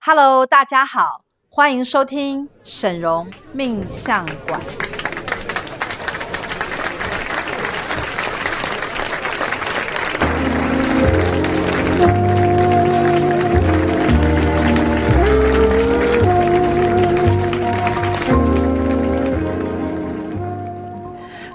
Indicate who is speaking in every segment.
Speaker 1: Hello，大家好，欢迎收听沈荣命相馆。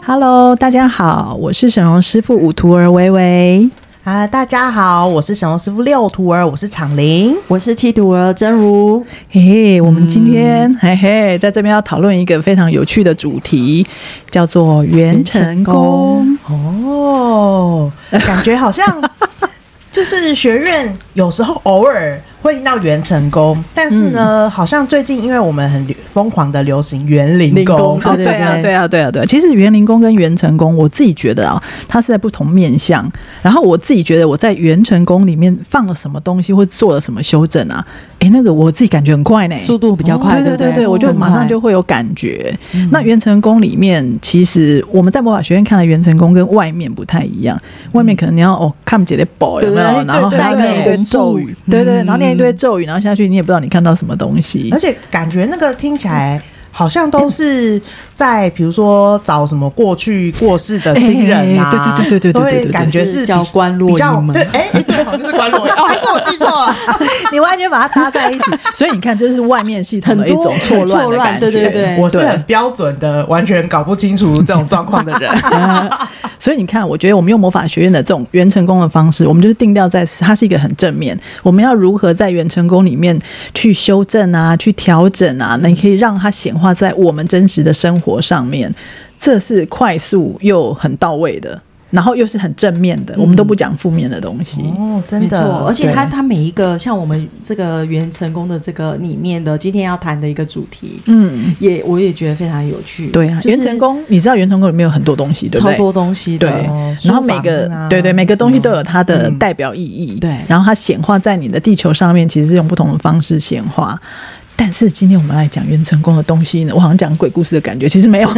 Speaker 2: Hello，大家好，我是沈荣师傅五徒儿维维。
Speaker 3: 啊，大家好，我是沈龙师傅六徒儿，我是场玲。
Speaker 4: 我是七徒儿真如，
Speaker 2: 嘿嘿，我们今天、嘿嘿，在这边要讨论一个非常有趣的主题，叫做元成功。
Speaker 3: 哦，感觉好像 就是学院有时候偶尔会听到元成功，但是呢，
Speaker 2: 嗯
Speaker 3: 好像最近因为我们很流疯狂的流行园林工，
Speaker 2: 哦，
Speaker 4: 对对
Speaker 2: 对啊，
Speaker 4: 对
Speaker 2: 对啊，对啊，对啊。其实园林工跟元成功，我自己觉得啊，它是在不同面向。然后我自己觉得我在元成功里面放了什么东西，或做了什么修正啊？诶，那个我自己感觉很快呢、
Speaker 4: 速度比较快，
Speaker 2: 哦对嗯
Speaker 4: 不
Speaker 2: 对我就马上就会有感觉。那元成功里面，其实我们在魔法学院看的元成功跟外面不太一一样，外面可能你要哦看不见的宝有没有，
Speaker 4: 对对
Speaker 2: 然后
Speaker 3: 对对
Speaker 2: 还要念一堆
Speaker 4: 对
Speaker 2: 咒语，嗯对对，然后念一堆咒语，然后下去你也不知道你看到什么东西
Speaker 3: 而。且感觉那个听起来。好像都是在比如说找什么过去过世的亲人啊，
Speaker 2: 哎对对对对对
Speaker 3: 都会
Speaker 2: 对对对
Speaker 3: 感觉是比
Speaker 4: 叫关落
Speaker 3: 比较
Speaker 4: 英门
Speaker 3: 对，哎、哎对，好像是关落 英，哦，还是我记错了，
Speaker 2: 你完全把它搭在一起， 所以你看，这是外面系统的一种错乱的感觉。
Speaker 4: 很多很错乱对对对
Speaker 3: 我是很标准的，完全搞不清楚这种状况的 人。
Speaker 2: 所以你看，我觉得我们用魔法学院的这种元成功的方式，我们就是定调在它是一个很正面，我们要如何在元成功里面去修正啊，去调整啊，那你可以让它显化在我们真实的生活上面，这是快速又很到位的，然后又是很正面
Speaker 4: 嗯
Speaker 2: 的，我们都不讲负面的东西。
Speaker 3: 哦，真
Speaker 4: 没错
Speaker 3: 的，，
Speaker 4: 而且它
Speaker 3: 对
Speaker 4: 它每一个像我们这个元成功的这个里面的今天要谈的一个主题，
Speaker 2: 嗯，
Speaker 4: 也我也觉得非常有趣。
Speaker 2: 对啊，
Speaker 4: 就是
Speaker 2: 元成功，你知道元成功里面有很多东西，对不
Speaker 4: 超
Speaker 2: 对？
Speaker 4: 多东西
Speaker 2: 对
Speaker 4: 的，
Speaker 3: 哦，
Speaker 2: 然后每
Speaker 3: 书
Speaker 2: 个、
Speaker 3: 房啊
Speaker 2: 对对，每个东西
Speaker 3: 什么
Speaker 2: 都有它的
Speaker 3: 嗯
Speaker 2: 代表意义，
Speaker 4: 对
Speaker 2: 然后它显化在你的地球上面，其实是用不同的方式显化。但是今天我们来讲元成功的东西呢，我好像讲鬼故事的感觉，其实 没有。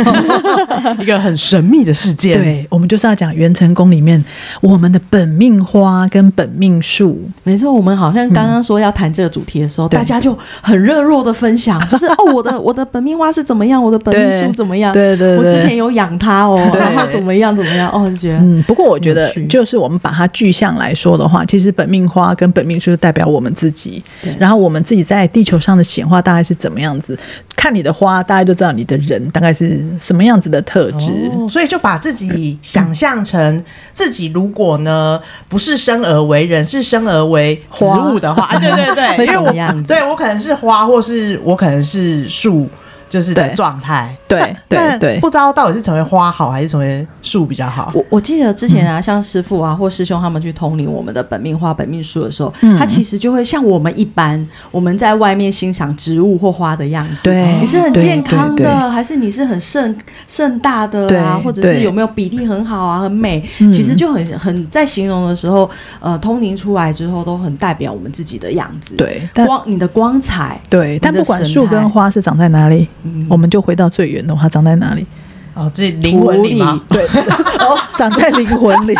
Speaker 3: 一个很神秘的事件。，
Speaker 2: 对，我们就是要讲元成功里面我们的本命花跟本命树，
Speaker 4: 没错。我们好像刚刚说要谈这个主题的时候，
Speaker 2: 嗯对
Speaker 4: 大家就很热络的分享， 就是哦，我的我的本命花是怎么样，我的本命
Speaker 2: 对
Speaker 4: 树怎么样，
Speaker 2: 对对对
Speaker 4: 我之前有养 它哦，
Speaker 2: 对
Speaker 4: 然后怎么样怎么样，哦，就觉得
Speaker 2: 嗯，不过我觉得
Speaker 4: 有趣，
Speaker 2: 就是我们把它具象来说的话，其实本命花跟本命树代表我们自己
Speaker 4: 对，
Speaker 2: 然后我们自己在地球上的显化大概是怎么样子？看你的花，大家就知道你的人大概是什么样子的特质。
Speaker 3: 哦，所以就把自己想象成自己，如果呢不是生而为人，是生而为植物的话，啊对对对，
Speaker 4: 会
Speaker 3: 因为
Speaker 4: 什么样
Speaker 3: 我
Speaker 4: 子
Speaker 3: 对我可能是花，或是我可能是树，就是的
Speaker 2: 对
Speaker 3: 状态。
Speaker 2: 对
Speaker 3: 那
Speaker 2: 对对
Speaker 3: 不，知道到底是成为花好，还是成为树比较好？
Speaker 4: 我我记得之前
Speaker 2: 嗯
Speaker 4: 啊，像师傅啊或师兄他们去通灵我们的本命花、本命树的时候，
Speaker 2: 嗯
Speaker 4: 他其实就会像我们一般，我们在外面欣赏植物或花的样子。哦
Speaker 2: 对
Speaker 4: 你是很
Speaker 2: 对
Speaker 4: 健康
Speaker 2: 对
Speaker 4: 的，还是你是很盛盛大的啊
Speaker 2: 对，
Speaker 4: 或者是
Speaker 2: 对嗯
Speaker 4: 有没有比例很好啊、很美？其实就很很在形容的时候，呃，通灵出来之后都很代表我们自己的样子。，
Speaker 2: 对，但
Speaker 4: 光你的光彩，
Speaker 2: 对，但不管树跟花是长在哪里，
Speaker 3: 嗯
Speaker 2: 我们就回到最远的话，长在哪里？
Speaker 3: 哦，这灵魂里吗？
Speaker 2: 对，哦，长在灵魂里，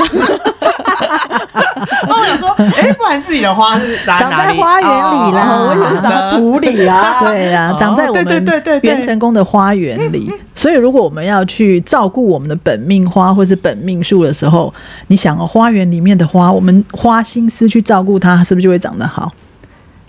Speaker 3: 那我想说，哎，不然自己的花是长
Speaker 2: 长
Speaker 3: 哪
Speaker 2: 在
Speaker 3: 里？
Speaker 2: 花园里啦，
Speaker 3: 哦
Speaker 2: 我也是长在土里 啊，对啊，
Speaker 3: 哦
Speaker 2: 长在我们
Speaker 3: 对对对对对嗯
Speaker 2: 元成功的花园里。所以，如果我们要去照顾我们的本命花或是本命树的时候，你想哦，花园里面的花，我们花心思去照顾它，它是不是就会长得好？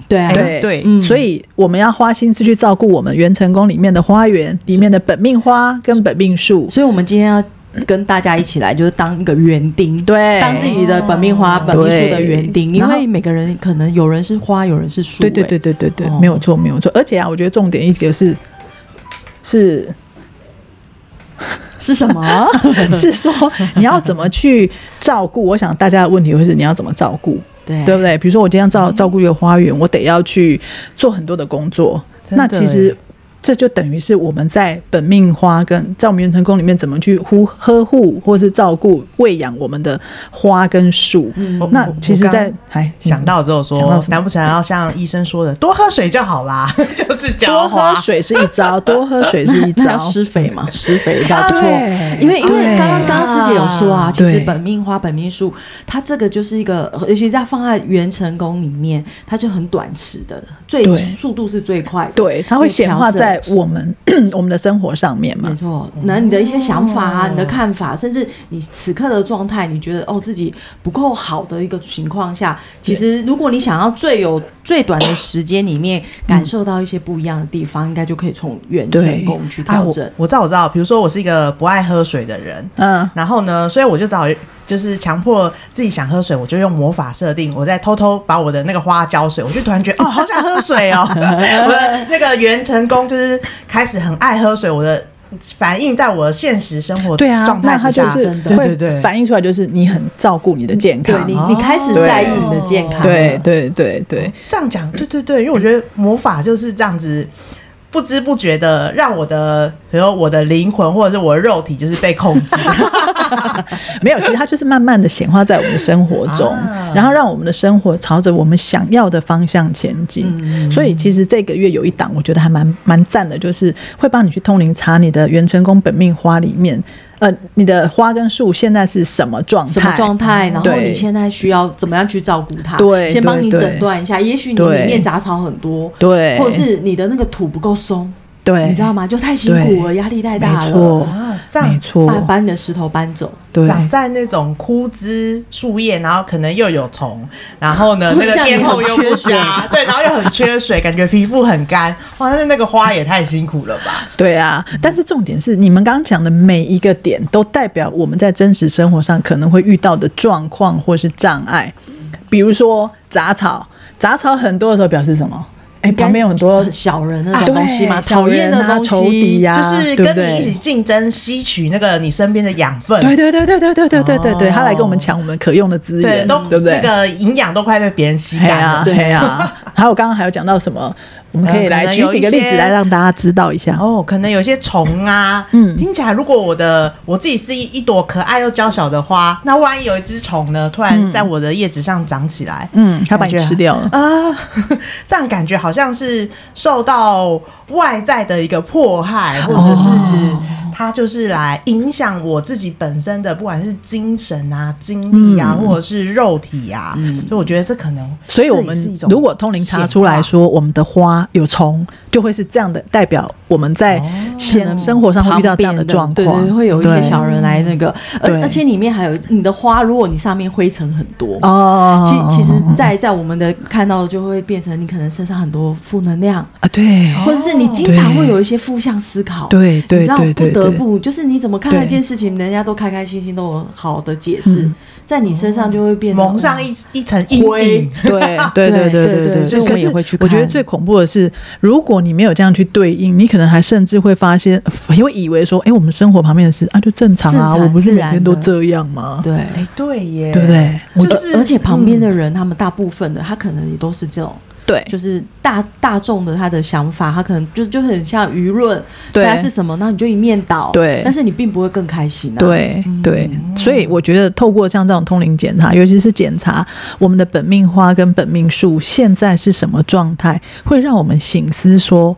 Speaker 4: 对啊，
Speaker 3: 哎对
Speaker 4: 嗯
Speaker 2: 所以我们要花心思去照顾我们元成功里面的花园里面的本命花跟本命树。
Speaker 4: 所以我们今天要跟大家一起来，就是当一个园丁，
Speaker 2: 对哦
Speaker 4: 当自己的本命花、本命树的园丁，
Speaker 2: 对
Speaker 4: 因
Speaker 2: 然后
Speaker 4: 为每个人可能有人是花，有人是树、
Speaker 2: 对
Speaker 3: 哎
Speaker 2: 对对
Speaker 4: 欸，
Speaker 2: 对对对，
Speaker 4: 哦
Speaker 2: 没有错没有错。而且啊，我觉得重点一个是是
Speaker 4: 哎是什么？
Speaker 2: 是说你要怎么去照顾。我想大家的问题会是你要怎么照顾，
Speaker 4: 对
Speaker 2: 对不对？比如说我今天要照照顾一个花园，我得要去做很多的工作。
Speaker 3: 真的
Speaker 2: 那其实这就等于是我们在本命花跟在我们元成宫里面怎么去呼呵护或是照顾喂养我们的花跟树。
Speaker 3: 我
Speaker 2: 那
Speaker 3: 我
Speaker 2: 其实
Speaker 3: 我刚
Speaker 2: 在，还
Speaker 3: 想到之后说
Speaker 2: 嗯想到什，么
Speaker 3: 难不成要像医生说的， 多喝水就 好啦？就是浇
Speaker 2: 多
Speaker 3: 花
Speaker 2: 喝，水是一招，多喝水是一
Speaker 4: 那
Speaker 2: 招
Speaker 4: 要。施肥 嘛，施肥要
Speaker 2: 啊
Speaker 4: 做
Speaker 2: 对，
Speaker 4: 因为因为
Speaker 2: 对
Speaker 4: 刚刚刚刚师姐有说啊，其实
Speaker 2: 对
Speaker 4: 本命花、本命树，它这个就是一个，尤其在放在元成宫里面，它就很短时的，最
Speaker 2: 对
Speaker 4: 速度是最快的，
Speaker 2: 对，它会显化
Speaker 4: 可以调
Speaker 2: 在
Speaker 4: 整
Speaker 2: 我们 我们的生活上面嘛
Speaker 4: 没。错，那你的一些想法啊，你的看法，甚至你此刻的状态，你觉得哦自己不够好的一个情况下，其实如果你想要最有最短的时间里面感受到一些不一样的地方，应该就可以从远程
Speaker 2: 对
Speaker 4: 工去
Speaker 3: 啊，
Speaker 4: 调
Speaker 3: 我
Speaker 4: 整。
Speaker 3: 我知道，我知道。比如说，我是一个不爱喝水的人，
Speaker 2: 嗯，
Speaker 3: 然后呢，所以我就找就是强迫自己想喝水，我就用魔法设定，我在偷偷把我的那个花浇水，我就突然觉得哦，好想喝 水哦。我的那个元成功就是开始很爱喝水，我的反映在我的现实生活
Speaker 2: 对啊
Speaker 3: 哦状，态
Speaker 2: 那它
Speaker 3: 之
Speaker 2: 就
Speaker 3: 下，
Speaker 2: 是
Speaker 4: 真的
Speaker 2: 会
Speaker 3: 对对对
Speaker 2: 反映出来，就是你很照顾你的健
Speaker 4: 对
Speaker 2: 康
Speaker 4: 你。
Speaker 3: 哦，
Speaker 4: 你开始在意你的健康了，
Speaker 2: 对对对对，
Speaker 3: 这样讲，对对对，因为我觉得魔法就是这样子。不知不觉的，让我的，比如说我的灵魂或者是我的肉体，就是被控 制。
Speaker 2: 没有，其实它就是慢慢的显化在我们的生活 中，
Speaker 3: 啊
Speaker 2: 然后让我们的生活朝着我们想要的方向前进。
Speaker 4: 嗯
Speaker 2: 所以其实这个月有一档，我觉得还蛮蛮赞的，就是会帮你去通灵查你的元成功本命花里面，呃，你的花跟树现在是什么状态？
Speaker 4: 什么状态，然后
Speaker 2: 对
Speaker 4: 你现在需要怎么样去照顾它？
Speaker 2: 对
Speaker 4: 先帮
Speaker 2: 对
Speaker 4: 你
Speaker 2: 对
Speaker 4: 诊断一下。也许你
Speaker 2: 对
Speaker 4: 里面杂草很多，
Speaker 2: 对，
Speaker 4: 或者是你的那个土不够松，
Speaker 2: 对，
Speaker 4: 你知道吗？就太辛苦了，
Speaker 2: 对
Speaker 4: 压力太
Speaker 2: 没
Speaker 4: 大了，
Speaker 2: 错，
Speaker 3: 啊，这
Speaker 2: 没
Speaker 3: 样
Speaker 4: 把
Speaker 2: 错，
Speaker 4: 把你的石头搬走。
Speaker 2: 对，
Speaker 3: 长在那种枯枝树叶，然后可能又有虫，然后呢，那个
Speaker 4: 像你
Speaker 3: 天后
Speaker 4: 很
Speaker 3: 又 不
Speaker 4: 缺水
Speaker 3: 佳，对，然后又很缺水，感觉皮肤很干，哇，那那个花也太辛苦了吧？
Speaker 2: 对啊，但是重点是，你们刚刚讲的每一个点，都代表我们在真实生活上可能会遇到的状况或是障碍。比如说杂草，杂草很多的时候表示什么？哎，旁边有很多
Speaker 4: 小人那
Speaker 2: 啊
Speaker 4: 种东西嘛，
Speaker 2: 对小
Speaker 4: 讨厌
Speaker 2: 人
Speaker 4: 的
Speaker 2: 啊
Speaker 4: 东西，
Speaker 2: 仇敌呀、
Speaker 3: 就是
Speaker 2: 对不
Speaker 3: 跟你一
Speaker 2: 对
Speaker 3: 起？竞争，吸取那个你身边的养分，
Speaker 2: 对对对对对对对对对对，
Speaker 3: 哦
Speaker 2: 他来跟我们抢我们可用的资
Speaker 3: 对，
Speaker 2: 源，
Speaker 3: 都
Speaker 2: 对不对
Speaker 3: 那？个营养都快被别人吸
Speaker 2: 嘿
Speaker 3: 干
Speaker 2: 啊
Speaker 3: 了。
Speaker 2: 嘿啊，还有刚刚还有讲到什么？我们可以
Speaker 3: 嗯
Speaker 2: 来
Speaker 3: 可能
Speaker 2: 举
Speaker 3: 有
Speaker 2: 几
Speaker 3: 一
Speaker 2: 个例
Speaker 3: 些
Speaker 2: 子来让大家知道一下。
Speaker 3: 哦，可能有些虫啊，
Speaker 2: 嗯
Speaker 3: 听起来如果我的我自己是一一朵可爱又娇小的花，那万一有一只虫呢，突然在我的叶子上长起来，
Speaker 2: 嗯，他把你
Speaker 3: 感觉
Speaker 2: 吃掉了。
Speaker 3: 啊， 这样感觉好像是受到外在的一个迫害，或者是
Speaker 2: 哦
Speaker 3: 他就是来影响我自己本身的，不管是精神啊、精力啊，或者是肉体啊，所以我觉得这可能，
Speaker 2: 嗯所以，我
Speaker 3: 这也是
Speaker 2: 们
Speaker 3: 一种
Speaker 2: 如果通灵查出来说我们的花有虫，就会是这样的代表我们在
Speaker 4: 可
Speaker 2: 现
Speaker 4: 能
Speaker 2: 生活上会遇到这样
Speaker 4: 哦嗯旁边
Speaker 2: 状
Speaker 4: 对对
Speaker 2: 况，
Speaker 4: 对，会有一些
Speaker 2: 对嗯
Speaker 4: 小人来那个，而
Speaker 2: 对
Speaker 4: 而且里面还有你的花，如果你上面灰尘很多。
Speaker 2: 哦。
Speaker 4: 其其实在，在我们的看到，就会变成你可能身上很多负能量，
Speaker 2: 啊，对
Speaker 4: 或者是你经常会有一些负向思考。
Speaker 2: 对
Speaker 4: 你
Speaker 2: 对
Speaker 4: 知道
Speaker 2: 对
Speaker 4: 不
Speaker 2: 对
Speaker 4: 得
Speaker 2: 对，
Speaker 4: 不就是你怎么看到
Speaker 2: 对
Speaker 4: 一件事情，人家都开开心心，都有好的解释
Speaker 2: 嗯，
Speaker 4: 在你身上就会变得
Speaker 3: 蒙上一一层阴
Speaker 4: 灰
Speaker 3: 影。
Speaker 2: 对对对
Speaker 4: 对
Speaker 2: 对
Speaker 4: 对
Speaker 2: 对
Speaker 4: 所以我
Speaker 2: 可
Speaker 4: 们
Speaker 2: 是
Speaker 4: 也会去
Speaker 2: 我觉得
Speaker 4: 看
Speaker 2: 最恐怖的是，如果你没有这样去对应，你可能还甚至会发现，呃会以为说，哎，我们生活旁边的事啊，就正常啊，
Speaker 4: 自然
Speaker 2: 我不是
Speaker 4: 自
Speaker 2: 每
Speaker 4: 然
Speaker 2: 天都
Speaker 4: 的
Speaker 2: 这样吗？
Speaker 4: 对
Speaker 3: 哎，对耶，
Speaker 2: 对不？对？我
Speaker 3: 就是
Speaker 4: 而而且
Speaker 2: 嗯
Speaker 4: 旁边的人，他们大部分的他可能也都是这种，
Speaker 2: 对
Speaker 4: 就是大大众的他的想法，他可能就就很像舆论，
Speaker 2: 对
Speaker 4: 他是什么，那你就一面倒，
Speaker 2: 对
Speaker 4: 但是你并不会更开心啊，，
Speaker 2: 对
Speaker 3: 嗯
Speaker 2: 对，所以我觉得透过像这种通灵检查，尤其是检查我们的本命花跟本命树现在是什么状态，会让我们醒思说，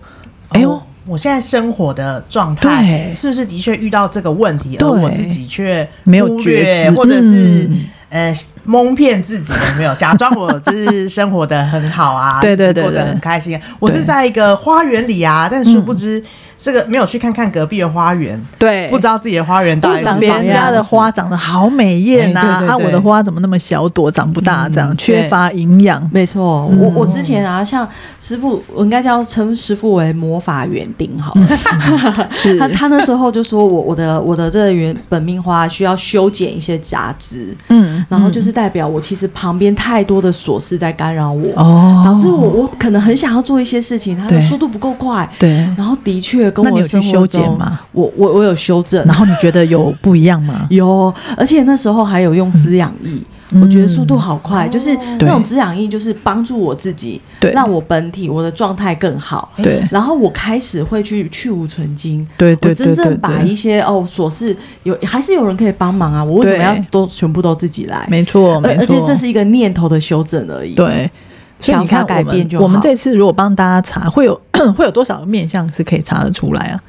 Speaker 2: 哎呦，
Speaker 3: 哦我现在生活的状态
Speaker 2: 对
Speaker 3: 是不是的确遇到这个问题，
Speaker 2: 对
Speaker 3: 而我自己却
Speaker 2: 没有
Speaker 3: 忽
Speaker 2: 觉
Speaker 3: 略
Speaker 2: 知
Speaker 3: 或者是、
Speaker 2: 嗯
Speaker 3: 呃蒙骗自己，有没有假装我就是 生活的很好啊，
Speaker 2: 对对
Speaker 3: 日子过
Speaker 2: 对
Speaker 3: 得
Speaker 2: 对嗯
Speaker 3: 很开心。啊我是在一个花园里啊，但殊不知、这个没有去看看隔壁的花园，
Speaker 2: 对，
Speaker 3: 不知道自己的花园到底是
Speaker 2: 长
Speaker 3: 长
Speaker 2: 别人家的花
Speaker 3: 怎
Speaker 2: 长得好美艳呐、
Speaker 3: 哎
Speaker 2: 啊，
Speaker 3: 对对
Speaker 2: 啊，
Speaker 3: 对
Speaker 2: 我的花怎么那么小朵，长不大，这样、
Speaker 3: 嗯
Speaker 2: 缺乏营养。
Speaker 4: 没错，
Speaker 2: 嗯
Speaker 4: 我我之前啊，像师傅，我应该叫称师傅为魔法园丁好了。
Speaker 2: 嗯 是
Speaker 4: 他他那时候就说我我的我的这个原本命花需要修剪一些杂枝，
Speaker 2: 嗯
Speaker 4: 然后就是代表我其实旁边太多的琐事在干扰我，
Speaker 2: 哦，
Speaker 4: 导致我我可能很想要做一些事情，它的
Speaker 2: 对
Speaker 4: 速度不够快。
Speaker 2: 对，
Speaker 4: 然后的确跟
Speaker 2: 那你
Speaker 4: 我
Speaker 2: 有去
Speaker 4: 生活
Speaker 2: 修剪
Speaker 4: 中
Speaker 2: 吗？
Speaker 4: 我我我有修正？
Speaker 2: 然，后你觉得有不一样吗嗯
Speaker 4: 有，而且那时候还有用滋养液。我觉得速度好快，就是那种滋养意，就是帮助我自己，
Speaker 2: 对
Speaker 4: 让我本体我的状态更好。
Speaker 3: 哎
Speaker 2: 对
Speaker 4: 然后我开始会去去无存精，
Speaker 2: 对对
Speaker 4: 我真
Speaker 2: 对对
Speaker 4: 正把
Speaker 2: 对
Speaker 4: 一些哦琐事有还是有人可以帮忙啊，我为什么
Speaker 2: 对
Speaker 4: 要都全部都自己来？
Speaker 2: 没错，
Speaker 4: 而
Speaker 2: 没
Speaker 4: 而且
Speaker 2: 错
Speaker 4: 这，是一个念头的修正而已。
Speaker 2: 对。所以你看，我
Speaker 4: 想法改变
Speaker 2: 们
Speaker 4: 就好
Speaker 2: 我们这次如果帮大家查，会有 会有多少个面相是可以查得出来啊？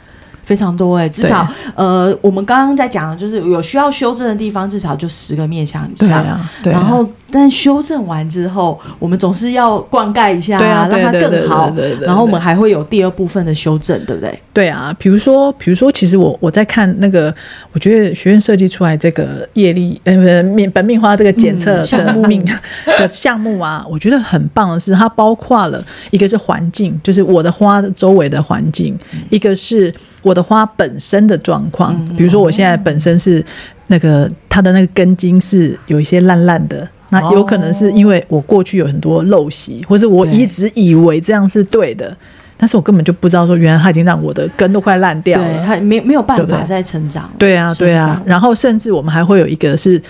Speaker 4: 非常多哎、至少呃，我们刚刚在讲，就是有需要修正的地方，至少就十个面向以
Speaker 2: 对
Speaker 4: 上。
Speaker 2: 啊，对啊，
Speaker 4: 然后，但修正完之后，我们总是要灌溉一下、
Speaker 2: 对啊，
Speaker 4: 让
Speaker 2: 对
Speaker 4: 它
Speaker 2: 对对对
Speaker 4: 更好。
Speaker 2: 对对对
Speaker 4: 然后我们还会有第二部分的修正，对不对？
Speaker 2: 对啊，比如说，比如说，其实我我在看那个，我觉得学院设计出来这个业力呃不是命本命花这个检测
Speaker 4: 嗯
Speaker 2: 的
Speaker 4: 项目
Speaker 2: 命、 的项目啊，我觉得很棒的是，它包括了一个是环境，就是我的花的周围的环境，
Speaker 4: 嗯
Speaker 2: 一个是我的花本身的状况，比如说我现
Speaker 4: 嗯
Speaker 2: 在本身是那个它的那个根茎是有一些烂烂的。那有可能是因为我过去有很多陋习，或是我
Speaker 4: 对
Speaker 2: 一直以为这样是对的，但是我根本就不知道说，原来它已经让我的根都快烂掉
Speaker 4: 对，
Speaker 2: 了。
Speaker 4: 还没没有办
Speaker 2: 对不
Speaker 4: 法
Speaker 2: 对
Speaker 4: 再成长。
Speaker 2: 对啊，
Speaker 4: 生
Speaker 2: 对啊
Speaker 4: 长。
Speaker 2: 然后甚至我们还会有一个是，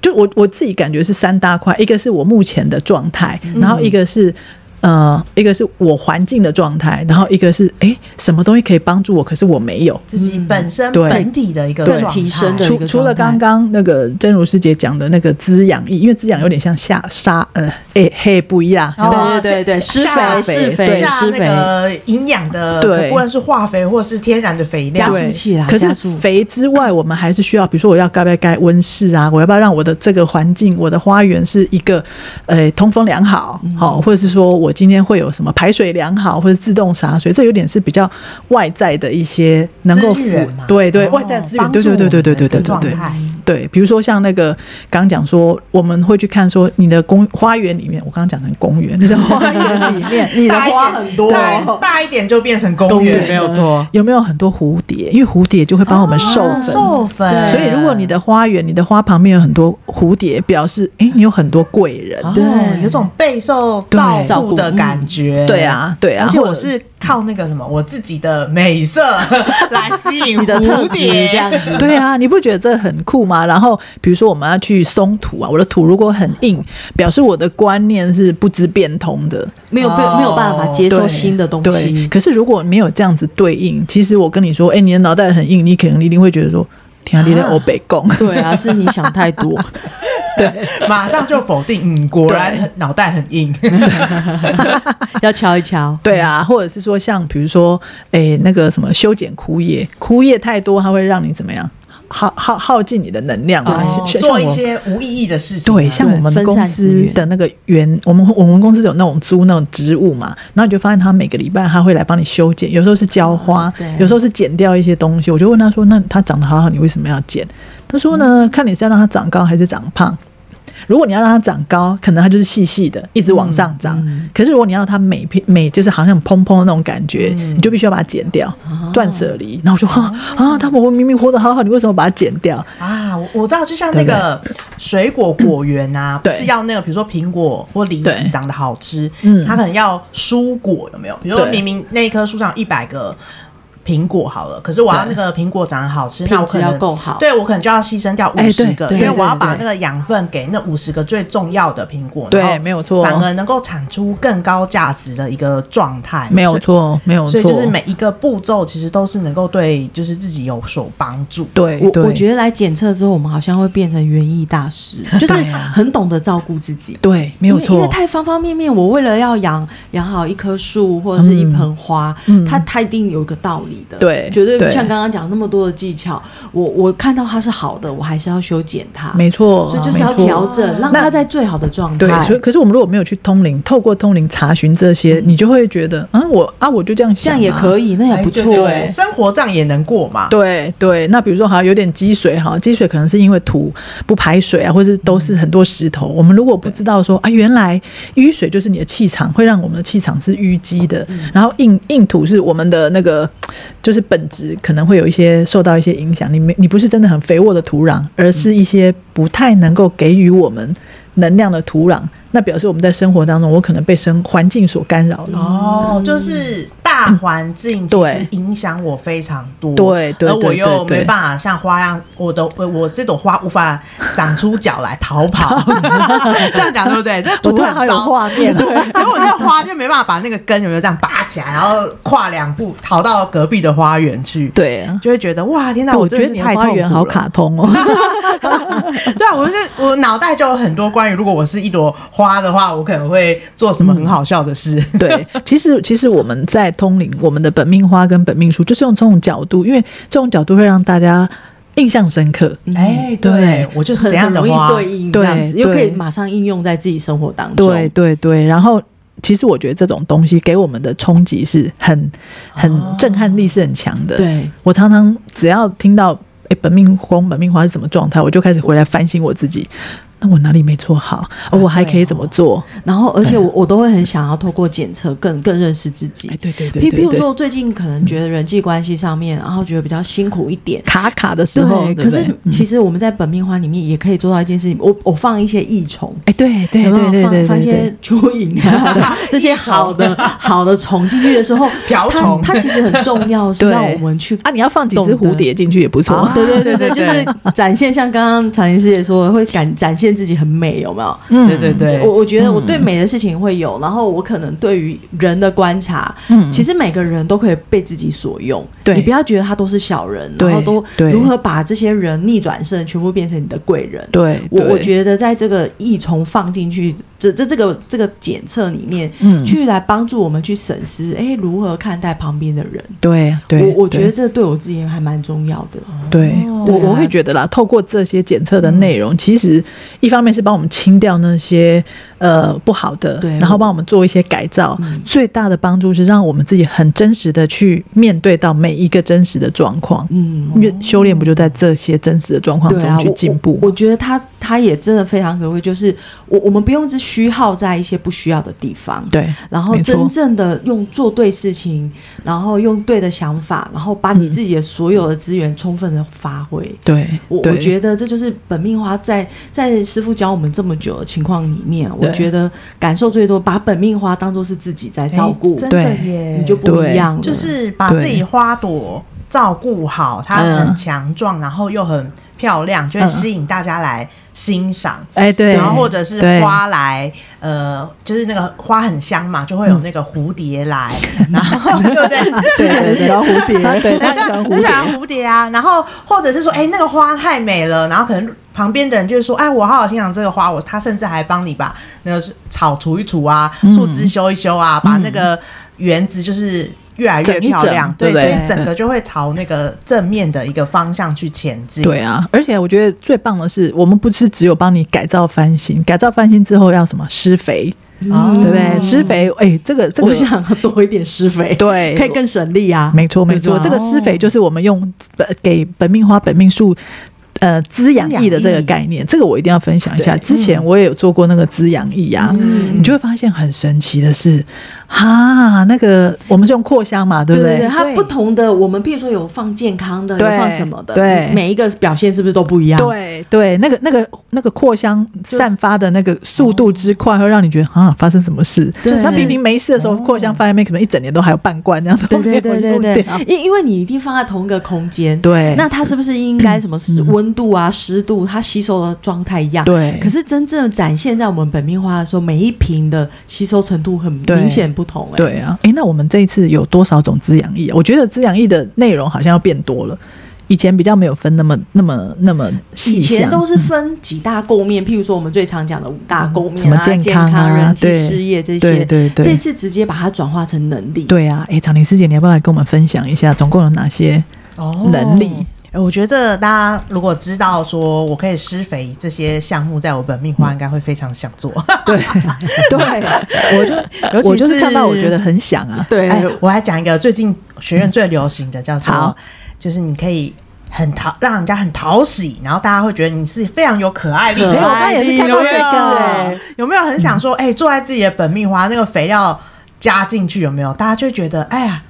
Speaker 2: 就我我自己感觉是三大块，一个是我目前的状态，
Speaker 4: 嗯
Speaker 2: 然后一个是。呃，一个是我环境的状态，然后一个是哎、诶什么东西可以帮助我，可是我没有。
Speaker 3: 自己本身
Speaker 2: 嗯对
Speaker 3: 本体的一个
Speaker 2: 对
Speaker 3: 状态
Speaker 4: 提升的一
Speaker 2: 除
Speaker 4: 个
Speaker 2: 除了
Speaker 4: 状
Speaker 2: 刚
Speaker 4: 态
Speaker 2: 刚那个真如师姐讲的那个滋养意，因为滋养有点像下沙呃诶嘿不一样，
Speaker 3: 哦
Speaker 4: 对对对，施
Speaker 3: 下
Speaker 4: 肥
Speaker 2: 对
Speaker 4: 施肥
Speaker 3: 下
Speaker 4: 施
Speaker 3: 那
Speaker 4: 肥，
Speaker 3: 个营养的，
Speaker 2: 对
Speaker 3: 不论是化肥或是天然的肥料
Speaker 4: 加速，
Speaker 2: 对
Speaker 4: 器啦
Speaker 2: 可是
Speaker 4: 加速
Speaker 2: 肥之外，我们还是需要，比如说我要该不该盖温室啊？我要不要让我的这个环境，我的花园是一个呃通风良好，
Speaker 3: 嗯
Speaker 2: 好、或者是说我今天会有什么排水良好，或者自动洒水，这有点是比较外在的一些能够
Speaker 3: 资
Speaker 2: 辅
Speaker 3: 源嘛
Speaker 2: 对对
Speaker 3: 哦
Speaker 2: 外在资源，
Speaker 3: 帮
Speaker 2: 对
Speaker 3: 助
Speaker 2: 对对对对对对对
Speaker 3: 我们的
Speaker 2: 对
Speaker 3: 状。态
Speaker 2: 对，比如说像那个刚刚讲说，我们会去看说你的公花园里面，我刚刚讲成公园，你的花园里 面，你的
Speaker 3: 大一
Speaker 2: 花
Speaker 3: 点
Speaker 2: 很多，哦
Speaker 3: 大一大一点就变成公园，啊没有错。
Speaker 2: 有没有很多蝴蝶？因为蝴蝶就会帮我们授
Speaker 3: 哦
Speaker 2: 粉。
Speaker 3: 授粉，
Speaker 2: 所以，如果你的花园、你的花旁边有很多蝴蝶，表示诶，你有很多贵人。
Speaker 3: 哦
Speaker 4: 对
Speaker 3: 有种备受
Speaker 2: 对嗯
Speaker 3: 照顾的感觉，
Speaker 2: 对啊，对啊，
Speaker 3: 而且
Speaker 2: 或
Speaker 3: 我
Speaker 2: 者
Speaker 3: 是靠那个什么我自己的美色 来吸引
Speaker 4: 你的特
Speaker 3: 蝴
Speaker 4: 质这样
Speaker 3: 蝶，
Speaker 4: 子。
Speaker 2: 对啊，你不觉得这很酷吗？然后，比如说我们要去松土啊，我的土如果很硬，表示我的观念是不知变通的，
Speaker 4: 没有没有没有办法接受
Speaker 2: 哦对
Speaker 4: 新的东
Speaker 2: 对，
Speaker 4: 西，
Speaker 2: 可是如果没有这样子对应，其实我跟你说，诶，你的脑袋很硬，你可能一定会觉得说，天啊，你在欧北贡。
Speaker 4: 对啊，是你想太多。
Speaker 3: 马上就否定，嗯，果然
Speaker 2: 对
Speaker 3: 很脑袋很 硬，
Speaker 4: 要敲一敲。
Speaker 2: 对啊，或者是说像比如说，诶、那个什么修剪枯叶，枯叶太多，它会让你怎么样？耗耗耗尽你的能量嘛？像像
Speaker 3: 哦做一
Speaker 2: 我
Speaker 3: 些无意义的事情啊，
Speaker 2: 对，像我们
Speaker 4: 分散
Speaker 2: 公
Speaker 4: 资
Speaker 2: 司
Speaker 4: 源
Speaker 2: 的那个园，我们我们公司有那种租那种植物嘛，然后你就发现他每个礼拜他会来帮你修剪，有时候是浇花
Speaker 4: 啊对，
Speaker 2: 有时候是剪掉一些东西。我就问他说：“那它长得好好，你为什么要剪？”他说
Speaker 4: 嗯
Speaker 2: 呢：“看你是要让它长高还是长胖。如果你要让它长高，可能它就是细细的，一直往
Speaker 4: 嗯
Speaker 2: 上长。可是如果你要它每片每就是好像蓬蓬的那种感觉，
Speaker 4: 嗯
Speaker 2: 你就必须要把它剪掉，
Speaker 4: 哦
Speaker 2: 断舍离。然后我就哈啊，他们明明活得好好，你为什么把它剪掉？
Speaker 3: 啊，我我知道，就像那个水果果园啊，不
Speaker 2: 对
Speaker 3: 是要那个，比如说苹果或梨子
Speaker 2: 对
Speaker 3: 长得好吃，
Speaker 2: 嗯
Speaker 3: 它可能要蔬果有没有？比如说
Speaker 2: 对
Speaker 3: 明明那一棵树上一百个苹果好了，可是我要那
Speaker 2: 对
Speaker 3: 个苹果长得好吃，那我
Speaker 4: 品
Speaker 3: 可
Speaker 4: 质要
Speaker 3: 能
Speaker 4: 够好，
Speaker 3: 对我可能就要牺牲掉
Speaker 2: 哎
Speaker 3: 五十
Speaker 2: 对
Speaker 3: 个，
Speaker 2: 对
Speaker 3: 因为
Speaker 4: 对
Speaker 3: 我要把那
Speaker 4: 对
Speaker 3: 个养分给那五十个最重要的苹果，
Speaker 2: 对
Speaker 3: 然后
Speaker 2: 没有错
Speaker 3: 反而能够产出更高价值的一个状态，
Speaker 2: 没有。错，没有错。
Speaker 3: 所以就是每一个步骤其实都是能够对就是自己有所帮助。
Speaker 2: 对，
Speaker 4: 我
Speaker 2: 哎对
Speaker 4: 我觉得来检测之后，我们好像会变成园艺 大师，就是很懂得照顾自己。
Speaker 2: 啊对，没有
Speaker 4: 因为因为
Speaker 2: 错。
Speaker 4: 太方方面面，我为了要养养好一棵树或者是一盆花，
Speaker 2: 嗯
Speaker 4: 它它一定有一个道理的，
Speaker 2: 对
Speaker 4: 绝对不
Speaker 2: 对
Speaker 4: 像刚刚讲那么多的技巧。我我看到它是好的，我还是要修剪它，
Speaker 2: 没错，
Speaker 4: 所以就是要
Speaker 2: 没错
Speaker 4: 调整，让它在最好的状态。
Speaker 2: 对，所以可是我们如果没有去通灵，透过通灵查询这些，你就会觉得，嗯，我啊，我就这样
Speaker 4: 这
Speaker 2: 想、
Speaker 4: 样也
Speaker 2: 以。
Speaker 4: 可以，那也不错
Speaker 3: 哎对对
Speaker 4: 欸
Speaker 3: 对生活这样也能过嘛？
Speaker 2: 对对，那比如说好像有点积水哈，积水可能是因为土不排水啊，或是都是很多石头。我们如果不知道
Speaker 3: 嗯
Speaker 2: 说啊，原来淤水就是你的气场，会让我们的气场是淤积的，
Speaker 3: 嗯
Speaker 2: 然后硬硬土是我们的那个就是本质可能会有一些受到一些影响。你没你不是真的很肥沃的土壤，而是一些不太能够给予我们能量的土壤，那表示我们在生活当中，我可能被生环境所干扰了。
Speaker 3: 哦，就是大环境其
Speaker 2: 嗯对
Speaker 3: 实影响我非常多，
Speaker 2: 对对
Speaker 3: 而我
Speaker 2: 对
Speaker 3: 又
Speaker 2: 对对
Speaker 3: 没办法像花样，我的我我这朵花无法长出脚来逃跑， 这样讲对不对？这
Speaker 2: 我
Speaker 3: 土
Speaker 2: 突然好
Speaker 3: 很
Speaker 2: 有
Speaker 3: 糟。
Speaker 2: 画面，
Speaker 4: 啊
Speaker 3: 然后我这花就没办法把那个根有没有这样拔起来，然后跨两步逃到隔壁的花园去，
Speaker 2: 对啊，
Speaker 3: 就会觉得哇，天哪，
Speaker 2: 我
Speaker 3: 真
Speaker 2: 觉得
Speaker 3: 的是
Speaker 2: 你
Speaker 3: 太
Speaker 2: 花
Speaker 3: 痛苦
Speaker 2: 园
Speaker 3: 了。
Speaker 2: 好卡通哦。
Speaker 3: 对啊，我就是我脑袋就有很多关于如果我是一朵花的话，我可能会做什么很好笑的事。
Speaker 2: 对，其实其实我们在通灵，我们的本命花跟本命书，就是用这种角度，因为这种角度会让大家印象深刻。
Speaker 3: 哎，对
Speaker 2: 对
Speaker 3: 我就是
Speaker 4: 嗯很
Speaker 3: 怎样
Speaker 4: 很
Speaker 3: 的
Speaker 4: 容易
Speaker 3: 花，
Speaker 4: 对应这样子，
Speaker 2: 对
Speaker 4: 又可以
Speaker 2: 对
Speaker 4: 马上应用在自己生活当中。
Speaker 2: 对对对，然后其实我觉得这种东西给我们的冲击是很很震撼力是很强的。
Speaker 4: 对，
Speaker 2: 我常常只要听到哎、诶本命宫本命花是什么状态，我就开始回来反省我自己，那我哪里没做好？哦、我还可以怎么做？
Speaker 4: 然后而且我我都会很想要透过检测更更认识自己
Speaker 2: 哎、。对对对
Speaker 4: 譬
Speaker 2: 对
Speaker 4: 譬如
Speaker 2: 对
Speaker 4: 说，我最近可能觉得人际关系上面，然后觉得比较辛苦一点。
Speaker 2: 卡卡的时候，对
Speaker 4: 可
Speaker 2: 不对嗯
Speaker 4: 是其实我们在本命花里面也可以做到一件事情，我我放一些益虫。
Speaker 2: 哎、对对
Speaker 4: 有没有
Speaker 2: 对对对
Speaker 4: 放放一
Speaker 2: 对
Speaker 4: 些
Speaker 2: 对，
Speaker 4: 蚯蚓 啊，这些好的好的虫进去的 时候，
Speaker 3: 瓢虫
Speaker 4: 它它其实很重要， 是
Speaker 2: 对
Speaker 4: 让我们去
Speaker 2: 啊，你要放几只
Speaker 4: 懂得
Speaker 2: 蝴蝶进去也不错。
Speaker 3: 啊
Speaker 4: 对对对对，
Speaker 3: 对对
Speaker 4: 就是展现，像刚刚常林师姐说的，会感展现自己很美，有没有？
Speaker 2: 嗯
Speaker 3: 对对对，
Speaker 4: 我我觉得我对美的事情会有，然后我可能对于人的观察，
Speaker 2: 嗯
Speaker 4: 其实每个人都可以被自己所用。
Speaker 2: 对
Speaker 4: 你不要觉得他都是小人，
Speaker 2: 对
Speaker 4: 然后都
Speaker 2: 对
Speaker 4: 如何把这些人逆转胜，全部变成你的贵人。
Speaker 2: 对，
Speaker 4: 我我
Speaker 2: 得，
Speaker 4: 觉得在这个异虫放进去，这这这个这个检测里面，
Speaker 2: 嗯
Speaker 4: 去来帮助我们去审视，哎，如何看待旁边的人。
Speaker 2: 对对，
Speaker 4: 我我觉
Speaker 2: 对
Speaker 4: 得这对我自己还蛮重要的。
Speaker 2: 对
Speaker 3: 哦
Speaker 2: 我
Speaker 4: 对啊
Speaker 2: 我会觉得啦，透过这些检测的内
Speaker 4: 嗯
Speaker 2: 容，其实一方面是帮我们清掉那些呃不好的
Speaker 4: 对，
Speaker 2: 然后
Speaker 4: 我
Speaker 2: 帮我们做一些改造
Speaker 4: 嗯。
Speaker 2: 最大的帮助是让我们自己很真实的去面对到每一个真实的状况。
Speaker 4: 嗯，
Speaker 2: 因为修炼不就在这些真实的状况
Speaker 4: 对
Speaker 2: 中
Speaker 4: 啊，
Speaker 2: 去进步
Speaker 4: 我我。
Speaker 2: 吗？
Speaker 4: 我觉得他他也真的非常可贵，就是我我们不用一直虚耗在一些不需要的地方，
Speaker 2: 对，
Speaker 4: 然后
Speaker 2: 没错
Speaker 4: 真正的用做对事情，然后用对的想法，然后把你自己的所有的资源充分的发挥。
Speaker 2: 对，
Speaker 4: 我
Speaker 2: 嗯对
Speaker 4: 我觉得这就是本命花在在师傅教我们这么久的情况里面，我
Speaker 2: 对
Speaker 4: 觉得感受最多，把本命花当做是自己在
Speaker 3: 哎
Speaker 4: 照顾，
Speaker 3: 真的
Speaker 2: 对
Speaker 3: 耶，
Speaker 4: 你就不一样了。
Speaker 3: 就是把自己花朵照顾好，它
Speaker 2: 嗯
Speaker 3: 很强壮，然后又很漂亮，
Speaker 4: 嗯
Speaker 3: 就会吸引大家来欣赏。
Speaker 2: 哎，对，
Speaker 3: 然后或者是
Speaker 2: 对
Speaker 3: 花来，呃，就是那个花很香嘛，就会
Speaker 4: 嗯
Speaker 3: 有那个蝴蝶来，然后对不对？
Speaker 2: 对 对对，蝴蝶， 对，他
Speaker 3: 很
Speaker 2: 很喜欢蝴蝶，
Speaker 3: 喜欢蝴蝶啊，然后或者是说，哎、那个花太美了，然后可能旁边的人就会说，哎，我好好欣赏这个花，我他甚至还帮你把那个草除一除啊，
Speaker 2: 嗯
Speaker 3: 树枝修一修啊，把那个园子就是。越来越
Speaker 2: 整一
Speaker 3: 漂亮，
Speaker 2: 整对不
Speaker 3: 所
Speaker 2: 对
Speaker 3: 以整个就会朝那个正面的一个方向去前进。
Speaker 2: 对啊，而且我觉得最棒的是，我们不是只有帮你改造翻新，改造翻新之后要什么施肥，
Speaker 3: 哦
Speaker 2: 对不对？施肥，哎、这个 这个，
Speaker 4: 嗯我想要多一点施肥，
Speaker 2: 对，
Speaker 4: 可以更省力啊。
Speaker 2: 没错
Speaker 4: 对
Speaker 2: 没错，
Speaker 4: 吧
Speaker 2: 这个施肥就是我们用本给本命花本命树。呃，滋养液的这
Speaker 3: 滋养
Speaker 2: 个
Speaker 3: 液
Speaker 2: 概念，这个我一定要分享一下。之
Speaker 4: 嗯
Speaker 2: 前我也有做过那个滋养液啊，你就会发现很神奇的是，哈，那个我们是用扩香嘛，对不
Speaker 4: 对
Speaker 2: 对？
Speaker 4: 它
Speaker 3: 对
Speaker 4: 不同的，我们譬如说有放健康的，有
Speaker 2: 对
Speaker 4: 放什么的，
Speaker 2: 对
Speaker 4: 每一个表现是不是都不一样？，
Speaker 2: 对对，那个那个那个扩香散发的那个速度之快，会让你觉得啊，发生什么事？
Speaker 4: 对
Speaker 2: 那明明没事的时候，扩香放在那边，可能一整年都还有半罐这样子。
Speaker 4: 对对对对 对
Speaker 2: 对，
Speaker 4: 因因为你一定放在同一个空间，
Speaker 2: 对嗯
Speaker 4: 那它是不是应该什么湿温度啊、湿度，它吸收的状态一样？
Speaker 2: 对
Speaker 4: 可是真正展现在我们本命花的时候，每一瓶的吸收程度很
Speaker 2: 对
Speaker 4: 明显不同、欸，
Speaker 2: 对啊！诶，那我们这一次有多少种滋养液啊？我觉得滋养液的内容好像要变多了，以前比较没有分那么那么那么细
Speaker 4: 以前
Speaker 2: 项。
Speaker 4: 都是分几大构面，譬如说我们最常讲的五大构面、啊、
Speaker 2: 什么健
Speaker 4: 健
Speaker 2: 康啊
Speaker 4: 人际、
Speaker 2: 对
Speaker 4: 事业这些，
Speaker 2: 对对对
Speaker 4: 这次直接把它转化成能力。
Speaker 2: 对啊，诶，长林师姐，你要不要来跟我们分享一下，总共有哪些？
Speaker 3: 哦
Speaker 2: 能力
Speaker 3: 哎我觉得大家如果知道说我可以施肥这些项目，在我本命花应该会非常想做。
Speaker 2: 对对，我就
Speaker 3: 尤 其
Speaker 2: 我就是
Speaker 3: 是
Speaker 2: 看到我觉得很想啊，
Speaker 4: 对
Speaker 3: 哎，我还讲一个最近学院最流行的，叫做
Speaker 2: 好
Speaker 3: 就是你可以很讨让人家很讨喜，然后大家会觉得你是非常有可爱力的。
Speaker 2: 可爱嗯力我也是看到
Speaker 3: 有没有有没有很想说，哎、做在自己的本命花那个肥料加进去有没有？大家就会觉得，哎呀，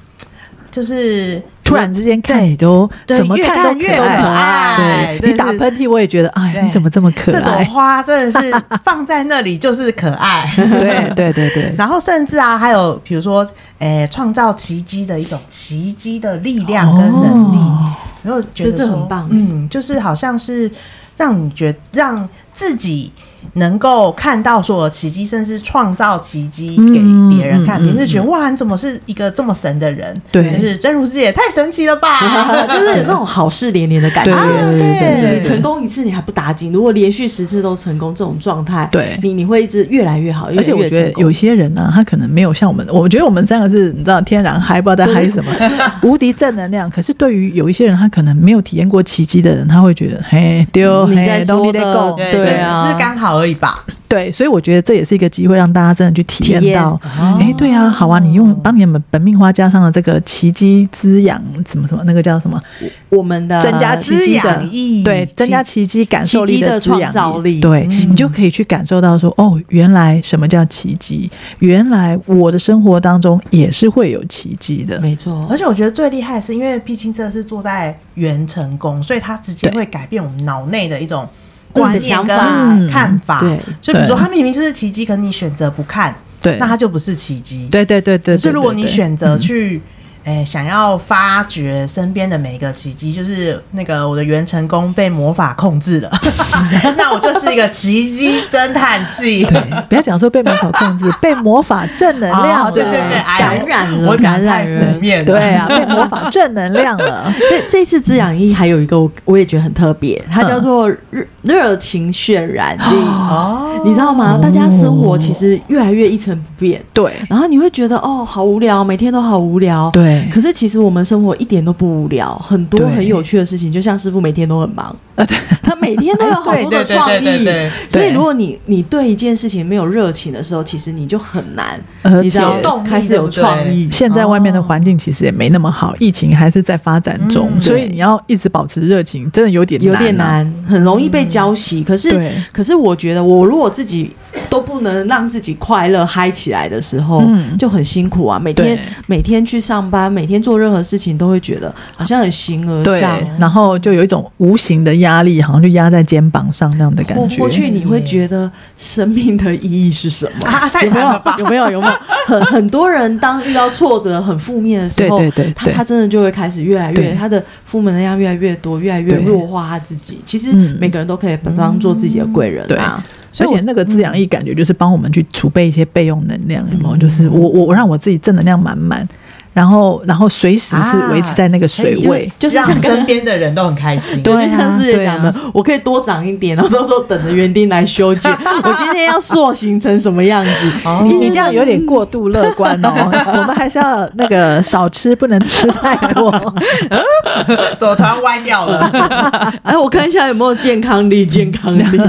Speaker 3: 就是。
Speaker 2: 突然之间看你都
Speaker 3: 对
Speaker 2: 怎么
Speaker 3: 越
Speaker 2: 看
Speaker 3: 看
Speaker 2: 都
Speaker 3: 越
Speaker 2: 可
Speaker 3: 可
Speaker 2: 爱
Speaker 3: 爱，
Speaker 2: 对
Speaker 3: 对
Speaker 2: 你打
Speaker 3: 是
Speaker 2: 喷嚏我也觉得，哎，
Speaker 3: 对
Speaker 2: 你怎么这么可
Speaker 3: 这朵
Speaker 2: 爱？
Speaker 3: 花真的是放在那里就是可 爱。
Speaker 2: 对对对 对，
Speaker 3: 然后甚至啊，还有比如说，诶，创造奇迹的一种奇迹的力量跟能力，
Speaker 2: 哦
Speaker 3: 然后觉得
Speaker 4: 这这
Speaker 3: 说
Speaker 4: 很棒
Speaker 3: 嗯，就是好像是让你觉让自己能够看到所有奇迹，甚至创造奇迹给别人看，
Speaker 2: 嗯嗯嗯
Speaker 3: 别人就觉得哇，你怎么是一个这么神的人？
Speaker 2: 对
Speaker 3: 就是真如师也太神奇了吧！
Speaker 4: 就是有那种好事连连的感
Speaker 2: 对
Speaker 4: 觉。
Speaker 2: 对
Speaker 4: 你
Speaker 2: 对
Speaker 4: 啊成
Speaker 2: 对
Speaker 4: 功一次你还不打紧，如果连续十次都成功，这种状态，
Speaker 2: 对
Speaker 4: 你你会一直越来越好，
Speaker 2: 而且我
Speaker 4: 越来越
Speaker 2: 觉得
Speaker 4: 成功
Speaker 2: 有些人呢、他可能没有像我们，我觉得我们三个是你知道天然嗨，不知道在嗨什么， 无敌正能量。可是对于有一些人，他可能没有体验过奇迹的人，他会觉得嘿丢
Speaker 4: 你
Speaker 2: 嘿
Speaker 4: 在
Speaker 2: 都
Speaker 4: 说
Speaker 2: 你得
Speaker 4: 的
Speaker 2: 够
Speaker 3: 对
Speaker 2: 对啊
Speaker 3: 只是刚好而已吧。
Speaker 2: 对，所以我觉得这也是一个机会，让大家真的去体
Speaker 4: 体
Speaker 2: 验
Speaker 4: 验
Speaker 2: 到，哎、对
Speaker 3: 哦
Speaker 2: 啊，好啊，你用帮你们本命花加上了这个奇迹滋养，什么什么那个叫什么，
Speaker 4: 我们的
Speaker 2: 增加奇迹的
Speaker 3: 呃滋养意
Speaker 2: 对，
Speaker 3: 奇
Speaker 2: 增加奇迹感受力
Speaker 4: 奇迹的
Speaker 2: 滋养
Speaker 4: 创造力
Speaker 2: 对、你就可以去感受到说，哦，原来什么叫奇迹，原来我的生活当中也是会有奇迹的，
Speaker 4: 没错
Speaker 3: 而，且我觉得最厉害的是，因为毕竟这是坐在元成功，所以它直接
Speaker 2: 对
Speaker 3: 会改变我们脑内的一种观念
Speaker 4: 想
Speaker 3: 跟
Speaker 4: 法
Speaker 3: 看法。
Speaker 4: 对
Speaker 3: 就比如说，
Speaker 2: 对
Speaker 3: 它明明就是奇迹，可你选择不看，
Speaker 2: 对，
Speaker 3: 那它就不是奇迹。，
Speaker 2: 对对对对
Speaker 3: 可
Speaker 2: 对，
Speaker 3: 是如果
Speaker 2: 对
Speaker 3: 你
Speaker 2: 对
Speaker 3: 选择去。诶、想要发掘身边的每一个奇迹，就是那个我的元成功被魔法控制了， 那我就是一个奇迹侦探器。
Speaker 2: 对，不要讲说被魔法控 制，被魔法正能量了、
Speaker 3: 哦，对对对，哎呀
Speaker 4: 感染了
Speaker 3: 我讲
Speaker 4: 感染
Speaker 3: 太
Speaker 4: 了
Speaker 3: 负面了。
Speaker 2: 对啊，被魔法正能量 了。
Speaker 4: 这这次滋养一还有一个我我也觉得很特别，它叫做热热情渲染力，
Speaker 3: 哦，
Speaker 4: 你知道吗
Speaker 2: 哦？
Speaker 4: 大家生活其实越来越一成不变，
Speaker 2: 对
Speaker 4: 然后你会觉得哦好无聊，每天都好无聊。。
Speaker 2: 对，
Speaker 4: 可是其实我们生活一点都不无聊，很多
Speaker 2: 对
Speaker 4: 很有趣的事情，就像师傅每天都很 忙，
Speaker 2: 呃，对
Speaker 4: 他每天都有好多的
Speaker 3: 啊哎对对对
Speaker 4: 创
Speaker 3: 对对
Speaker 4: 意
Speaker 3: 对。
Speaker 4: 所以
Speaker 2: 对
Speaker 4: 如果你你对一件事情没有热情的时候，其实你就很难，
Speaker 2: 而
Speaker 4: 你知道
Speaker 2: 且
Speaker 3: 动力
Speaker 4: 开始有创意。
Speaker 2: 现在外面的环境其实也没那么好，疫情还是在发展中，
Speaker 3: 嗯
Speaker 2: 所以你要一直保持热情，真的有点
Speaker 4: 有点
Speaker 2: 难啊。
Speaker 4: 难，很容易被浇熄。可是
Speaker 2: 对，
Speaker 4: 可是我觉得，我如果自己都不能让自己快乐嗨起来的时候，
Speaker 2: 嗯
Speaker 4: 就很辛苦啊。每天
Speaker 2: 对
Speaker 4: 每天去上班，每天做任何事情，都会觉得好像很形而
Speaker 2: 对
Speaker 4: 上。，
Speaker 2: 然后就有一种无形的压力，好像就压在肩膀上那样的感
Speaker 4: 活
Speaker 2: 觉。
Speaker 4: 过去，你会觉得生命的意义是什么？
Speaker 3: 啊，太
Speaker 4: 有没
Speaker 3: 惨了
Speaker 4: 有
Speaker 3: 吧？？
Speaker 4: 有没有？有没 有？很很多人当遇到挫折、很负面的时候，
Speaker 2: 对对对
Speaker 4: 他
Speaker 2: 对
Speaker 4: 他真的就会开始越来
Speaker 2: 对
Speaker 4: 越，他的负面能量越来越多，越来越
Speaker 2: 对
Speaker 4: 弱化他自己。其实
Speaker 2: 嗯
Speaker 4: 每个人都可以把当做自己的贵人
Speaker 2: 对
Speaker 4: 啊。
Speaker 2: 而且那个滋养液感觉就是帮我们去储备一些备用能量，有没有？就是我我我让我自己正能量满满，然后然后随时是维持在那个水
Speaker 3: 啊
Speaker 2: 位。
Speaker 4: 就是像
Speaker 3: 让
Speaker 4: 跟
Speaker 3: 身边的人都很开心。
Speaker 4: 对，
Speaker 2: 对啊
Speaker 4: 就像师姐
Speaker 2: 对啊
Speaker 4: 讲的，我可以多长一点，然后到时候等着园丁来修 剪。我今天要塑形成什么样 子？
Speaker 3: 哦
Speaker 2: 你你这样有点过度乐观 哦，我们还是要那个少吃，不能吃太 多。
Speaker 3: 走突然歪掉了，
Speaker 4: 哎，我看一下有没有健康力，健康力。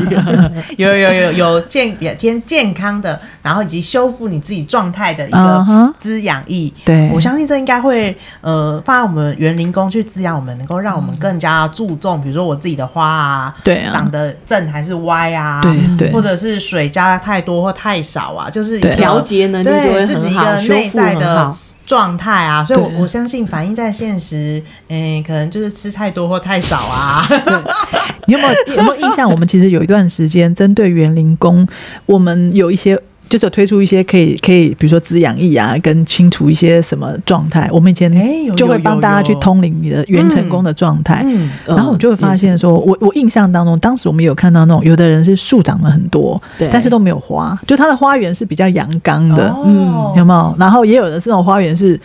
Speaker 3: 有有有有健也偏健康的，然后以及修复你自己状态的一
Speaker 2: 嗯哼
Speaker 3: 个滋养液。
Speaker 2: 对
Speaker 3: 我相信这应该会呃放在我们园林工去滋养我们，能够让我
Speaker 4: 嗯
Speaker 3: 们更加注重，比如说我自己的花啊，
Speaker 2: 对啊
Speaker 3: 长得正还是歪啊，
Speaker 2: 对对
Speaker 3: 或者是水加太多或太少啊，就是一个
Speaker 2: 对
Speaker 4: 调节能力就
Speaker 3: 对
Speaker 4: 会
Speaker 3: 自
Speaker 4: 很
Speaker 3: 己一
Speaker 4: 好，
Speaker 3: 个
Speaker 4: 修
Speaker 3: 内
Speaker 4: 复
Speaker 3: 在
Speaker 4: 很
Speaker 3: 的
Speaker 4: 好。
Speaker 3: 状态啊，所以我，
Speaker 2: 对
Speaker 3: 我相信反映在现实，嗯、可能就是吃太多或太少啊，
Speaker 2: 你有没有有没有印象？我们其实有一段时间针对园林工，我们有一些。就是有推出一些可以可以，比如说滋养液啊，跟清除一些什么状态。我们以前
Speaker 3: 哎有有
Speaker 2: 就会帮大家去
Speaker 3: 有有
Speaker 2: 通灵你的原成功的状态。呃
Speaker 3: 嗯，
Speaker 4: 嗯
Speaker 2: 然后我就会发现说，我我印象当中，当时我们有看到那种有的人是树长了很多
Speaker 4: 对，
Speaker 2: 但是都没有花，就他的花园是比较阳刚的，
Speaker 3: 哦
Speaker 2: 嗯有没有？然后也有的是那种花园是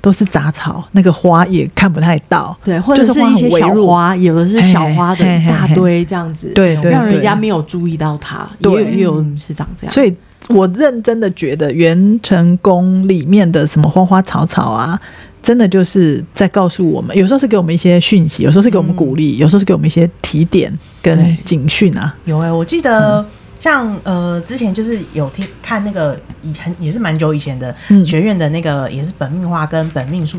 Speaker 2: 都是杂草，那个花也看不太到，
Speaker 4: 对，或者
Speaker 2: 就是花
Speaker 4: 一
Speaker 2: 很
Speaker 4: 些
Speaker 2: 微
Speaker 4: 小
Speaker 2: 弱
Speaker 4: 花，有的是小花的
Speaker 2: 嘿嘿
Speaker 4: 一
Speaker 2: 嘿
Speaker 4: 大堆这样子，
Speaker 2: 对对
Speaker 4: 让人
Speaker 2: 对
Speaker 4: 家没有注意到它。也
Speaker 2: 对
Speaker 4: 有也有人是长这样，
Speaker 2: 所以我认真的觉得，元成宫里面的什么花花草草啊，真的就是在告诉我们，有时候是给我们一些讯息，有时候是给我们鼓励，有时候是给我们一些提点跟
Speaker 4: 嗯对
Speaker 2: 警讯啊。
Speaker 3: 有哎、我记得像呃之前就是有听看那个以前也是蛮久以前的、
Speaker 2: 嗯
Speaker 3: 学院的那个也是本命花跟本命树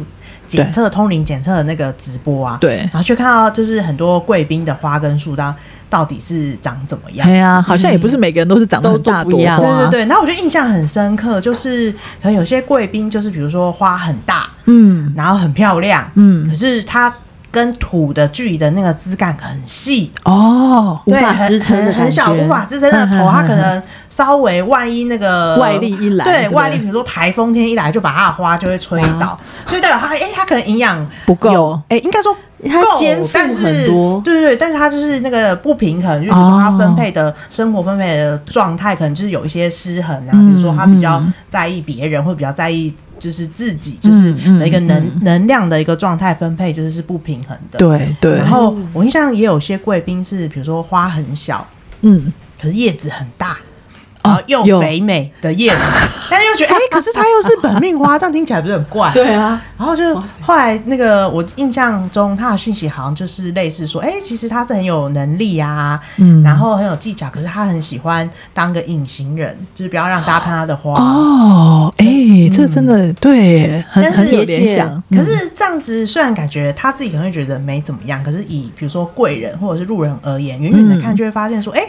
Speaker 2: 对
Speaker 3: 检测通灵检测的那个直播啊，，
Speaker 2: 对，
Speaker 3: 然后就看到就是很多贵宾的花跟树到到底是长怎么样
Speaker 2: 哎。呀，好像也不是每个人都是长得
Speaker 4: 都
Speaker 2: 很大
Speaker 4: 都
Speaker 2: 朵
Speaker 4: 不一样
Speaker 2: 花，
Speaker 3: 对对对，然后我就印象很深刻，就是可能有些贵宾就是比如说花很大，
Speaker 2: 嗯
Speaker 3: 然后很漂亮，可
Speaker 2: 嗯，
Speaker 3: 是它跟土的距离的那个枝干很细，
Speaker 2: 哦，
Speaker 4: 无
Speaker 3: 对
Speaker 4: 法
Speaker 3: 很
Speaker 4: 支撑的
Speaker 3: 很很
Speaker 4: 感
Speaker 3: 小，
Speaker 4: 觉
Speaker 3: 无法支撑的头，它可能稍微万一那个
Speaker 2: 外力一来对
Speaker 3: 对
Speaker 2: 不对
Speaker 3: 外力，比如说台风天一来，就把它的花就会吹倒，所以代表它，哎，它可能营养
Speaker 2: 不够
Speaker 3: 有哎，应该说
Speaker 4: 它
Speaker 3: 够
Speaker 4: 肩负
Speaker 3: 但是
Speaker 4: 很多
Speaker 3: 对对对，但是它就是那个不平衡，就比如说它分配的生活分配的状态，可能就是有一些失衡啊，
Speaker 2: 嗯
Speaker 3: 比如说它比较
Speaker 2: 嗯
Speaker 3: 在意别人，或比较在意。就是自己就是的一个
Speaker 2: 嗯嗯
Speaker 3: 能、
Speaker 2: 嗯
Speaker 3: 能量的一个状态分配，就是是不平衡的。
Speaker 2: 对对，
Speaker 3: 然后我印象也有些贵宾是，比如说花很小，
Speaker 2: 嗯，
Speaker 3: 可是叶子很大，
Speaker 2: 哦
Speaker 3: 然后又
Speaker 2: 有
Speaker 3: 肥美的叶子， 但是又觉得哎、可是它又是本命花，这样听起来不是很怪？
Speaker 4: 对啊，
Speaker 3: 然后就后来那个我印象中他的讯息好像就是类似说，哎、其实他是很有能力啊，
Speaker 2: 嗯
Speaker 3: 然后很有技巧，可是他很喜欢当个隐形人，就是不要让大家看他的花。
Speaker 2: 哦，哎、这真的对，很
Speaker 3: 但是
Speaker 2: 很有
Speaker 4: 贴
Speaker 2: 联
Speaker 4: 切
Speaker 2: 想。
Speaker 3: 可是这样子，虽然感觉他自己可能会觉得没怎么样，可是以比如说贵人或者是路人而言，远远的看就会发现说，哎、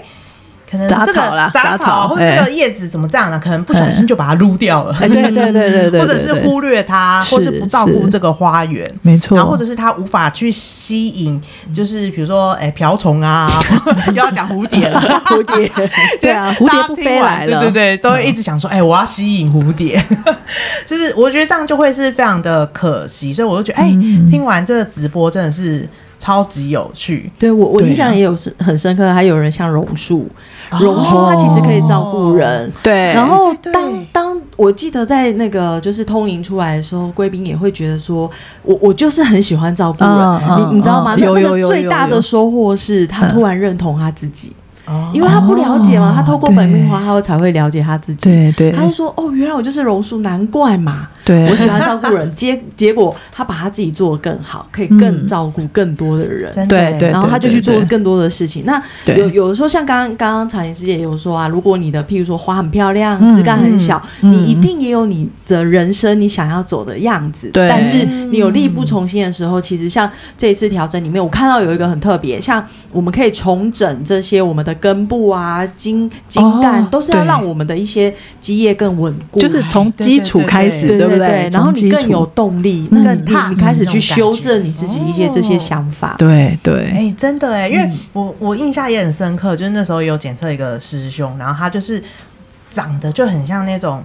Speaker 3: 可能
Speaker 2: 嗯杂
Speaker 3: 这
Speaker 2: 草啦
Speaker 3: 个
Speaker 2: 杂
Speaker 3: 杂
Speaker 2: 草
Speaker 3: 或者这
Speaker 2: 哎
Speaker 3: 个叶子怎么这样呢、可能不小心就把它撸掉了，
Speaker 2: 哎、 对对对对对对，
Speaker 3: 或者是
Speaker 2: 对
Speaker 3: 忽略它，
Speaker 2: 是
Speaker 3: 或是不照顾
Speaker 2: 是
Speaker 3: 这个花园。
Speaker 2: 没错，
Speaker 3: 然后或者是他无法去吸引，就是比如说，哎、瓢虫啊， 又要讲蝴蝶了，
Speaker 2: 蝴蝶， 对啊，
Speaker 3: 就是
Speaker 2: 蝴
Speaker 3: 大
Speaker 2: 蝶
Speaker 3: 家
Speaker 2: 不
Speaker 3: 听
Speaker 2: 飞
Speaker 3: 完
Speaker 2: 来了，嗯
Speaker 3: 对对对，都会一直想说，哎、我要吸引蝴蝶， 就是我觉得这样就会是非常的可惜，所以我就觉得，
Speaker 2: 嗯
Speaker 3: 哎、听完这个直播真的是超级有趣，
Speaker 4: 对我我
Speaker 2: 对啊
Speaker 4: 印象也有是很深刻的，还有人像榕树，榕树它其实可以照顾人。
Speaker 2: 哦 对
Speaker 4: 然后
Speaker 3: 对对
Speaker 4: 当当我记得在那个就是通灵出来的时候，贵宾也会觉得说，我我就是很喜欢照顾人，
Speaker 2: 嗯嗯
Speaker 4: 你你知道
Speaker 2: 嗯
Speaker 4: 吗？那
Speaker 2: 有
Speaker 4: 那
Speaker 2: 有
Speaker 4: 个
Speaker 2: 有
Speaker 4: 最
Speaker 2: 有
Speaker 4: 大
Speaker 2: 有
Speaker 4: 的收获是他
Speaker 2: 嗯
Speaker 4: 突然认同他自己，
Speaker 3: 哦
Speaker 4: 因为他不了解嘛，他透过
Speaker 2: 哦
Speaker 4: 本命
Speaker 2: 对
Speaker 4: 花，他会才会了解他自己。
Speaker 2: 对对
Speaker 4: 他就说：“哦，原来我就是榕树，难怪嘛。
Speaker 2: 对，
Speaker 4: 我喜欢照顾人，结结果他把他自己做得更好，可以
Speaker 2: 嗯
Speaker 4: 更照顾更多的人。
Speaker 3: 真的、
Speaker 2: 对对
Speaker 4: 然后他就去做
Speaker 2: 对
Speaker 4: 更多的事情。那
Speaker 2: 对
Speaker 4: 有有的时候，像刚刚刚刚彩玲师姐也有说啊，如果你的譬如说花很漂亮
Speaker 2: 嗯，
Speaker 4: 枝干很小，
Speaker 2: 嗯
Speaker 4: 你一定也有你的人生你想要走的样子。
Speaker 2: 对
Speaker 4: 但是你有力
Speaker 2: 嗯
Speaker 4: 不从心的时候，其实像这一次调整里面，我看到有一个很特别，像我们可以重整这些我们的根部啊、茎茎干
Speaker 2: 哦，
Speaker 4: 都是要
Speaker 2: 对
Speaker 4: 让我们的一些基叶更稳固，
Speaker 2: 就是从
Speaker 3: 对
Speaker 2: 基
Speaker 3: 对
Speaker 2: 础
Speaker 3: 对
Speaker 2: 开
Speaker 3: 对
Speaker 2: 始，
Speaker 4: 对
Speaker 2: 不
Speaker 4: 对？然后
Speaker 2: 从
Speaker 4: 你
Speaker 2: 基
Speaker 4: 更有
Speaker 2: 础，
Speaker 4: 动力，
Speaker 2: 嗯
Speaker 4: 那你
Speaker 3: 更踏
Speaker 4: 你
Speaker 3: 实
Speaker 4: 开始
Speaker 3: 那种
Speaker 4: 去修
Speaker 3: 感觉
Speaker 4: 正你自己一些这些
Speaker 3: 哦
Speaker 4: 想法。
Speaker 2: 对对，嗯
Speaker 3: 哎、真的哎、因为我我印象也很深刻，就是那时候有检测一个师兄，然后他就是长得就很像那种。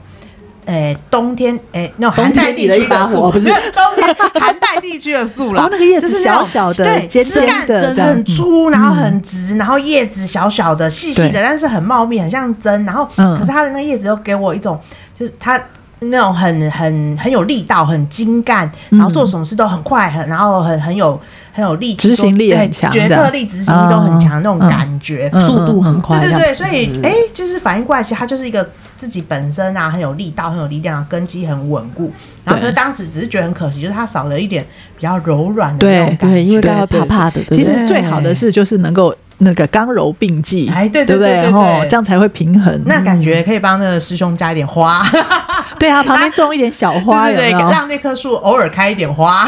Speaker 3: 哎、冬天哎、那种寒带地区的树，
Speaker 4: 冬天里的一把火不是
Speaker 3: 没有冬天寒带地区的树啦。
Speaker 2: 哦那个叶子
Speaker 3: 就是那
Speaker 2: 小
Speaker 3: 种
Speaker 2: 小的
Speaker 3: 对，
Speaker 2: 尖
Speaker 3: 枝干
Speaker 2: 尖的
Speaker 3: 真
Speaker 2: 这样嗯
Speaker 3: 很粗，然后很直，然后叶子小小的、细细的，但是很茂密，很像针。然后，
Speaker 2: 嗯
Speaker 3: 可是它的那个叶子又给我一种，就是它那种很很很有力道、很精干，然
Speaker 2: 嗯
Speaker 3: 后做什么事都很快，很然后很很有很有力，
Speaker 2: 执行力
Speaker 3: 对
Speaker 2: 很强
Speaker 3: 哎决
Speaker 2: 这
Speaker 3: 策
Speaker 2: 样
Speaker 3: 力、执行力都很强的那种
Speaker 2: 嗯
Speaker 3: 感觉。
Speaker 2: 嗯
Speaker 4: 速度很快，
Speaker 3: 对对
Speaker 4: 这
Speaker 3: 对，
Speaker 4: 样子
Speaker 3: 所以哎、就是反应过来，其实它就是一个自己本身啊很有力道、很有力量，根基很稳固。然后
Speaker 2: 对
Speaker 3: 就是当时只是觉得很可惜，就是它少了一点比较柔软的那
Speaker 2: 对
Speaker 3: 种感觉。
Speaker 4: 对，因为
Speaker 2: 对
Speaker 4: 大家会怕
Speaker 2: 对
Speaker 4: 怕的，对
Speaker 2: 其
Speaker 4: 不
Speaker 2: 实
Speaker 4: 对
Speaker 2: 最好的是就是能够那个刚柔并济，
Speaker 3: 哎对
Speaker 2: 对
Speaker 3: 对
Speaker 2: 不
Speaker 3: 对对对
Speaker 2: 哦，
Speaker 3: 对
Speaker 2: 这样才会平衡。
Speaker 3: 那感
Speaker 2: 嗯
Speaker 3: 觉可以帮那个师兄加一点花，
Speaker 2: 对啊，旁边种一点小花，
Speaker 3: 对对
Speaker 2: 有没
Speaker 3: 对，
Speaker 2: 有
Speaker 3: 让那棵树偶尔开一点花。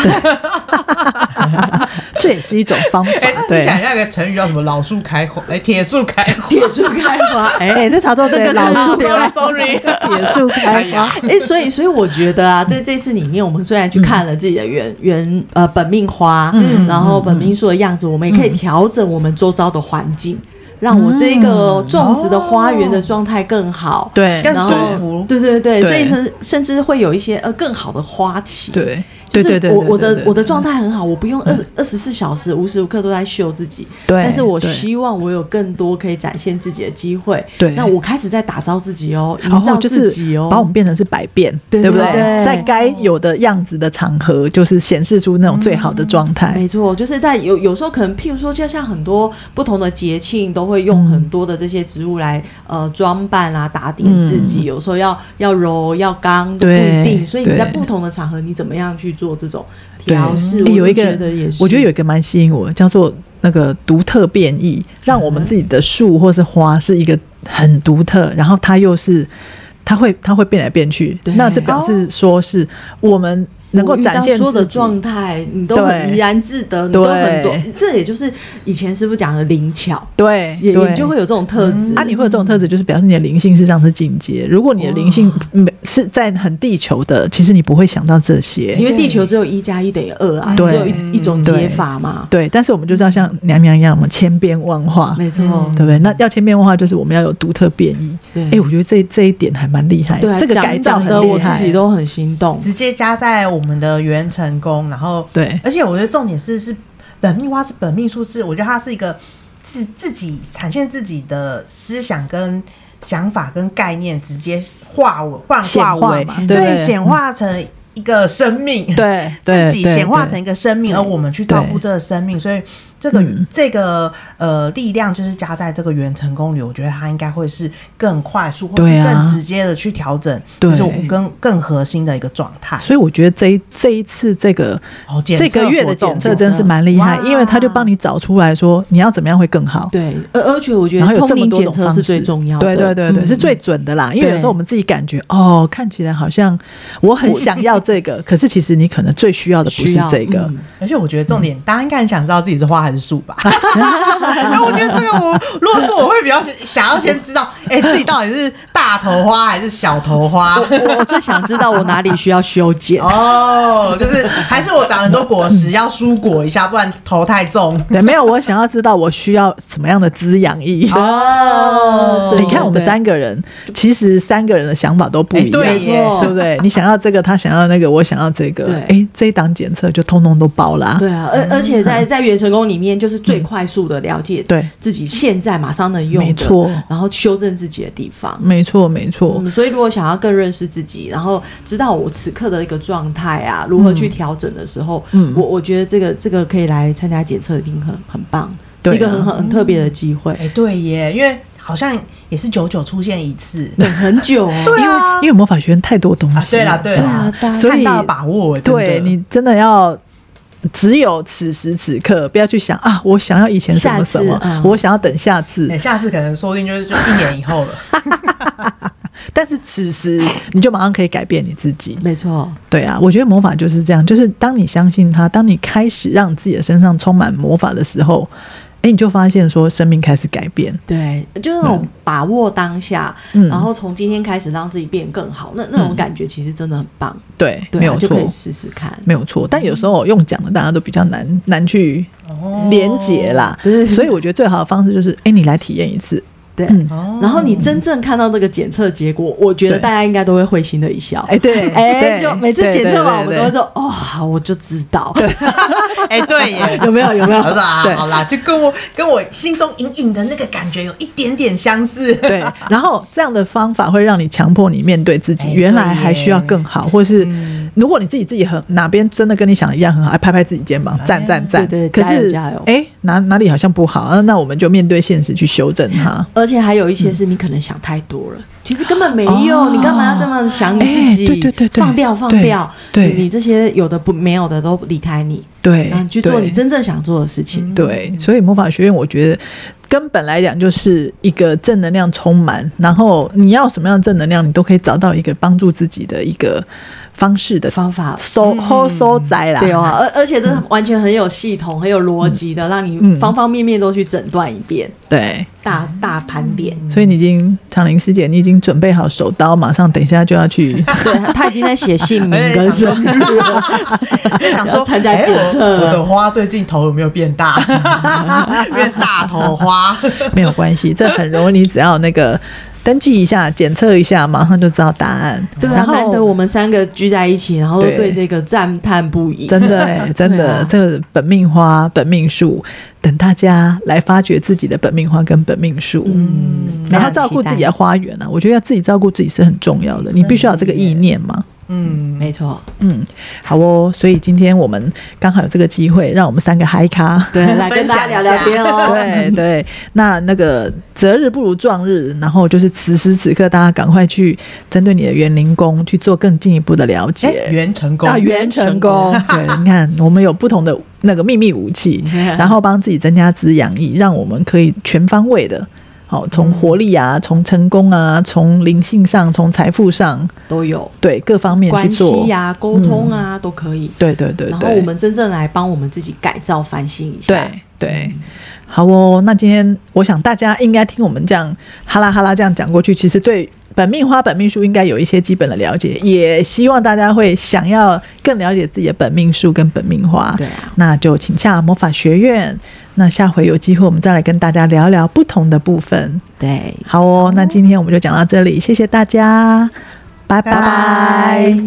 Speaker 2: 这也是一种方法
Speaker 3: 哎，，那
Speaker 2: 对
Speaker 3: 你。想那个成语叫什么？老树开花，哎，铁树开花。
Speaker 4: 铁树开花，哎。
Speaker 2: 哎，这差不多
Speaker 4: 这个
Speaker 2: 对老
Speaker 4: 是
Speaker 2: 树
Speaker 3: sorry sorry，
Speaker 2: 铁树开花，
Speaker 4: 哎、所以所以我觉得啊，在这次里面，我们虽然去看了自己的原、原呃本命花，
Speaker 2: 嗯
Speaker 4: 然后本命树的样子，我们也可以调整我们周遭的环境，让我这个种植的花园的状态更好，
Speaker 2: 对
Speaker 3: 更
Speaker 4: 然后
Speaker 3: 舒服
Speaker 4: 对对对，
Speaker 2: 对
Speaker 4: 所以甚甚至会有一些呃更好的花期，
Speaker 2: 对对
Speaker 4: 就是
Speaker 2: 对对，
Speaker 4: 我我
Speaker 2: 对
Speaker 4: 的
Speaker 2: 对嗯
Speaker 4: 我的状态很好，我不用二二十四小时无时无刻都在秀自己，
Speaker 2: 对
Speaker 4: 但是我
Speaker 2: 对
Speaker 4: 希望我有更多可以展现自己的机会，
Speaker 2: 对
Speaker 4: 那我开始在打造自己哦，
Speaker 2: 然
Speaker 4: 营
Speaker 2: 后
Speaker 4: 造
Speaker 2: 就是
Speaker 4: 自己哦，
Speaker 2: 把我们变成是百变，
Speaker 4: 对
Speaker 2: 不对
Speaker 4: 对对？
Speaker 2: 在该有的样子的场合，就是显示出那种最好的状态。
Speaker 4: 没错，就是在有有时候可能，譬如说，就像很多不同的节庆都会
Speaker 2: 嗯
Speaker 4: 用很多的这些植物来、呃装扮啊、打点自己，有时候要要柔要刚
Speaker 2: 嗯
Speaker 4: 都不
Speaker 2: 对
Speaker 4: 一定，所以你
Speaker 2: 对
Speaker 4: 在不同的场合，你怎么样去做这种
Speaker 2: 对
Speaker 4: 调试？
Speaker 2: 诶
Speaker 4: 我
Speaker 2: 有一
Speaker 4: 就
Speaker 2: 个
Speaker 4: 觉得也，是，
Speaker 2: 我觉得有一个蛮吸引我的，叫做那个独特变异，让我们自己的树或是花是一个很独特，然后它又是它会它会变来变去
Speaker 4: 对，哦
Speaker 2: 那这表示说是我们。能够展现
Speaker 4: 所有的
Speaker 2: 自己。
Speaker 4: 状态，你都很
Speaker 2: 对
Speaker 4: 怡然自得，你都很多
Speaker 2: 对。
Speaker 4: 这也就是以前师傅讲的灵巧，
Speaker 2: 对，
Speaker 4: 也
Speaker 2: 对
Speaker 4: 也就会有这种特质。
Speaker 2: 啊，你会有这种特质，就是表示你的灵性是上升境界。如果你的灵性没是在很地球的，其实你不会想到这
Speaker 4: 因
Speaker 2: 些。
Speaker 4: 为地球只有一加一等于二啊，只
Speaker 2: 对
Speaker 4: 有一一种解
Speaker 2: 对
Speaker 4: 法嘛。
Speaker 2: 对，但是我们就是要像娘娘一样，我们千变万化，
Speaker 4: 没错，
Speaker 2: 对不对？那要千变万化，就是我们要有独特变异。
Speaker 4: 对
Speaker 2: 哎、我觉得这这一点还蛮厉害，
Speaker 4: 对啊，
Speaker 2: 这个
Speaker 4: 讲
Speaker 2: 改造
Speaker 4: 讲
Speaker 2: 很
Speaker 4: 的
Speaker 2: 厉
Speaker 4: 我自己
Speaker 2: 害。
Speaker 4: 都很心动。
Speaker 3: 直接加在我们的元成功，然后
Speaker 2: 对
Speaker 3: 而且我觉得重点是是本命花是本命术是，我觉得它是一个自自己展现自己的思想跟想法跟概念，直接化为幻
Speaker 2: 显
Speaker 3: 化
Speaker 2: 化
Speaker 3: 为
Speaker 2: 嘛对
Speaker 3: 对
Speaker 2: 对
Speaker 3: 显化成一个生命，
Speaker 2: 对对，
Speaker 3: 自己
Speaker 2: 对
Speaker 3: 显化
Speaker 2: 对
Speaker 3: 成一个生命，而我们去照顾这个生命，所以这个、
Speaker 2: 嗯
Speaker 3: 这个呃力量就是加在这个元成功里，我觉得它应该会是更快速，或是
Speaker 2: 对啊
Speaker 3: 更直接的去调整，
Speaker 2: 对
Speaker 3: 就是我们更更核心的一个状态。
Speaker 2: 所以我觉得这一这一次这个
Speaker 3: 哦，检测
Speaker 2: 这个月的
Speaker 3: 活动
Speaker 2: 检测真是蛮厉害，
Speaker 3: 哇
Speaker 2: 因为他就帮你找出来说你要怎么样会更好。
Speaker 4: 对，而而且我觉
Speaker 2: 然后
Speaker 4: 得
Speaker 2: 有这
Speaker 4: 通
Speaker 2: 么
Speaker 4: 灵
Speaker 2: 多
Speaker 4: 检
Speaker 2: 种
Speaker 4: 测
Speaker 2: 方
Speaker 4: 是
Speaker 2: 式
Speaker 4: 最重要的。
Speaker 2: 对对对对，
Speaker 4: 嗯
Speaker 2: 是最准的啦。因为有时
Speaker 4: 对
Speaker 2: 候我们自己感觉哦，看起来好像我很想要这个，可是其实你可能最需要的不
Speaker 4: 需
Speaker 2: 是
Speaker 4: 要
Speaker 2: 这个。
Speaker 4: 嗯
Speaker 3: 而且我觉得重点，大家应该很想知道自己是花还是树 吧？然后我觉得这个我，如果是我会比较想要先知道，哎、自己到底是大头花还是小头 花？
Speaker 4: 我我最想知道我哪里需要修剪。
Speaker 3: 哦，就是还是我长很多果实，要疏果一下，不然头太重。
Speaker 2: 对，没有，我想要知道我需要什么样的滋养液。
Speaker 3: 哦
Speaker 2: 哦你看，我们
Speaker 4: 对
Speaker 2: 三个人，其实三个人的想法都不一
Speaker 3: 哎
Speaker 2: 样，
Speaker 3: 对耶
Speaker 2: 对不对？你想要这个，他想要那个，我想要这个
Speaker 4: 对，
Speaker 2: 哎，这一档检测就通通都包啦。
Speaker 4: 对啊，而而且在在元成功里面，就是最快速的了解
Speaker 2: 嗯对
Speaker 4: 自己现在马上能用的，
Speaker 2: 没错
Speaker 4: 然后修正自己的地方。
Speaker 2: 没错，没错，
Speaker 4: 嗯，所以如果想要更认识自己，然后知道我此刻的一个状态啊，如何去调整的时候，
Speaker 2: 嗯
Speaker 4: 我我觉得这个这个可以来参加检测，一定很很棒，
Speaker 2: 对
Speaker 4: 是
Speaker 2: 啊嗯
Speaker 4: 一个很很很特别的机会
Speaker 3: 哎、，对耶，因为好像也是久久出现一次。
Speaker 4: 等很久哦。
Speaker 3: 对啊，
Speaker 2: 因为魔法学院太多东
Speaker 3: 啊，
Speaker 2: 西
Speaker 3: 对
Speaker 2: 了。
Speaker 3: 啦，对啦，
Speaker 4: 对啊
Speaker 2: 所以
Speaker 3: 看到把握，真的
Speaker 2: 对你真的要只有此时此刻，不要去想啊，我想要以前什么什么
Speaker 4: 下次，嗯
Speaker 2: 我想要等下次。
Speaker 3: 哎下次可能说不定就是就一年以后了。
Speaker 2: 但是此时你就马上可以改变你自己。
Speaker 4: 没错，
Speaker 2: 对啊，我觉得魔法就是这样，就是当你相信它，当你开始让自己的身上充满魔法的时候，哎，你就发现说生命开始改变。
Speaker 4: 对，就是那种把握当下，
Speaker 2: 嗯
Speaker 4: 然后从今天开始让自己变更好，那那种感觉其实真的很棒，
Speaker 2: 对，
Speaker 4: 对、啊，
Speaker 2: 没有
Speaker 4: 就
Speaker 2: 错
Speaker 4: 可以。试试看。
Speaker 2: 没有错，但有时候用讲的大家都比较难难去连结啦，
Speaker 4: 对
Speaker 2: 所以我觉得最好的方式就是，哎、你来体验一次，
Speaker 4: 对，
Speaker 2: 嗯
Speaker 3: 哦
Speaker 4: 然后你真正看到这个检测结果，我觉得
Speaker 2: 对
Speaker 4: 大家应该都会会心的一笑。
Speaker 2: 哎对
Speaker 4: 哎，
Speaker 2: 对
Speaker 4: 就每次
Speaker 2: 对
Speaker 4: 检测完，我
Speaker 2: 对对
Speaker 4: 们都会说哦，好，我就知道。
Speaker 3: 哎、对耶，
Speaker 2: 有没有？有没有？
Speaker 3: 好啦，
Speaker 2: 对
Speaker 3: 好啦，就跟我跟我心中隐隐的那个感觉有一点点相似。
Speaker 2: 对，然后这样的方法会让你强迫你面对自己，
Speaker 3: 哎
Speaker 2: 原来
Speaker 3: 对
Speaker 2: 还需要
Speaker 3: 耶
Speaker 2: 更好，或是
Speaker 4: 嗯
Speaker 2: 如果你自己自己很哪边真的跟你想的一样很好，哎，拍拍自己肩膀，赞赞赞，
Speaker 4: 对对
Speaker 2: 可
Speaker 4: 加油
Speaker 2: 是
Speaker 4: 加油
Speaker 2: 哎，哪哪里好像不好，啊那我们就面对现实去修正它。
Speaker 4: 而且还有一些是你可能想太多了，其实根本没有，
Speaker 2: 嗯哦
Speaker 4: 你干嘛要这么想你自
Speaker 2: 哎
Speaker 4: 己？
Speaker 2: 对对对对
Speaker 4: 放掉放掉，
Speaker 2: 对对
Speaker 4: 你你这些有的不没有的都离开你，
Speaker 2: 对
Speaker 4: 然后你，去
Speaker 2: 对嗯
Speaker 4: 做你真正想做的事情。
Speaker 2: 对，所以魔法学院，我觉得根本来讲就是一个正能量充满，然后你要什么样的正能量，你都可以找到一个帮助自己的一个方式的
Speaker 4: 方法
Speaker 2: 收收收摘啦。
Speaker 4: 嗯对啊，而而且这完全很有系统、很有逻辑的，让你
Speaker 2: 嗯
Speaker 4: 方方面面都去诊断一遍，
Speaker 2: 对，
Speaker 4: 大大盘点。
Speaker 2: 所以你已经长林师姐，你已经准备好手刀，马上等一下就要去。
Speaker 4: 对他已经在写姓名
Speaker 3: 哎
Speaker 4: 跟
Speaker 3: 想
Speaker 4: 生
Speaker 3: 说
Speaker 4: 日
Speaker 3: 就想说
Speaker 4: 要参加
Speaker 3: 哎
Speaker 4: 检
Speaker 3: 我
Speaker 4: 测了
Speaker 3: 我的花最近头有没有变大？ 变大头花，
Speaker 2: 没有关系，这很容易，你只要那个登记一下、检测一下，马上就知道答案。
Speaker 4: 对啊
Speaker 2: 然，后
Speaker 4: 难得我们三个聚在一起，然后都
Speaker 2: 对
Speaker 4: 对这个赞叹不已。
Speaker 2: 真的、 欸，真
Speaker 4: 对
Speaker 2: 的，
Speaker 4: 啊
Speaker 2: 这个本命花、本命树，等大家来发掘自己的本命花跟本命树，
Speaker 4: 嗯
Speaker 2: 然后照顾自己的花园啊。我觉得要自己照顾自己是很重要
Speaker 4: 嗯
Speaker 2: 的，你必须要有这个意念嘛。
Speaker 3: 嗯，
Speaker 4: 没错，
Speaker 2: 嗯，好哦。所以今天我们刚好有这个机会，让我们三个嗨咖。
Speaker 4: 对，来跟
Speaker 3: 分享
Speaker 4: 大家聊聊天哦。
Speaker 2: 对对，那那个择日不如撞日，然后就是此时此刻，大家赶快去针对你的园林工去做更进一步的了
Speaker 3: 哎，
Speaker 2: 解。
Speaker 3: 圆成功
Speaker 2: 大，圆啊成功，对，你看，我们有不同的 那个秘密武器，然后帮自己增加滋养液，让我们可以全方位的好，从活力啊，从成功啊，从灵性上，从财富上，
Speaker 4: 都有
Speaker 2: 对各方面去
Speaker 4: 关
Speaker 2: 做嗯
Speaker 4: 系。呀、沟通啊、都可以。
Speaker 2: 对对对
Speaker 4: 然后
Speaker 2: 对，
Speaker 4: 我们真正来帮我们自己改造、反省一下。
Speaker 2: 对对，好哦。那今天我想大家应该听我们这样哈啦哈啦这样讲过去，其实对本命花、本命树应该有一些基本的了解，也希望大家会想要更了解自己的本命树跟本命花。
Speaker 4: 对啊，
Speaker 2: 那就请下魔法学院。那下回有机会我们再来跟大家聊聊不同的部分。
Speaker 4: 对，
Speaker 2: 好哦，那今天我们就讲到这里，谢谢大家，拜
Speaker 3: 拜拜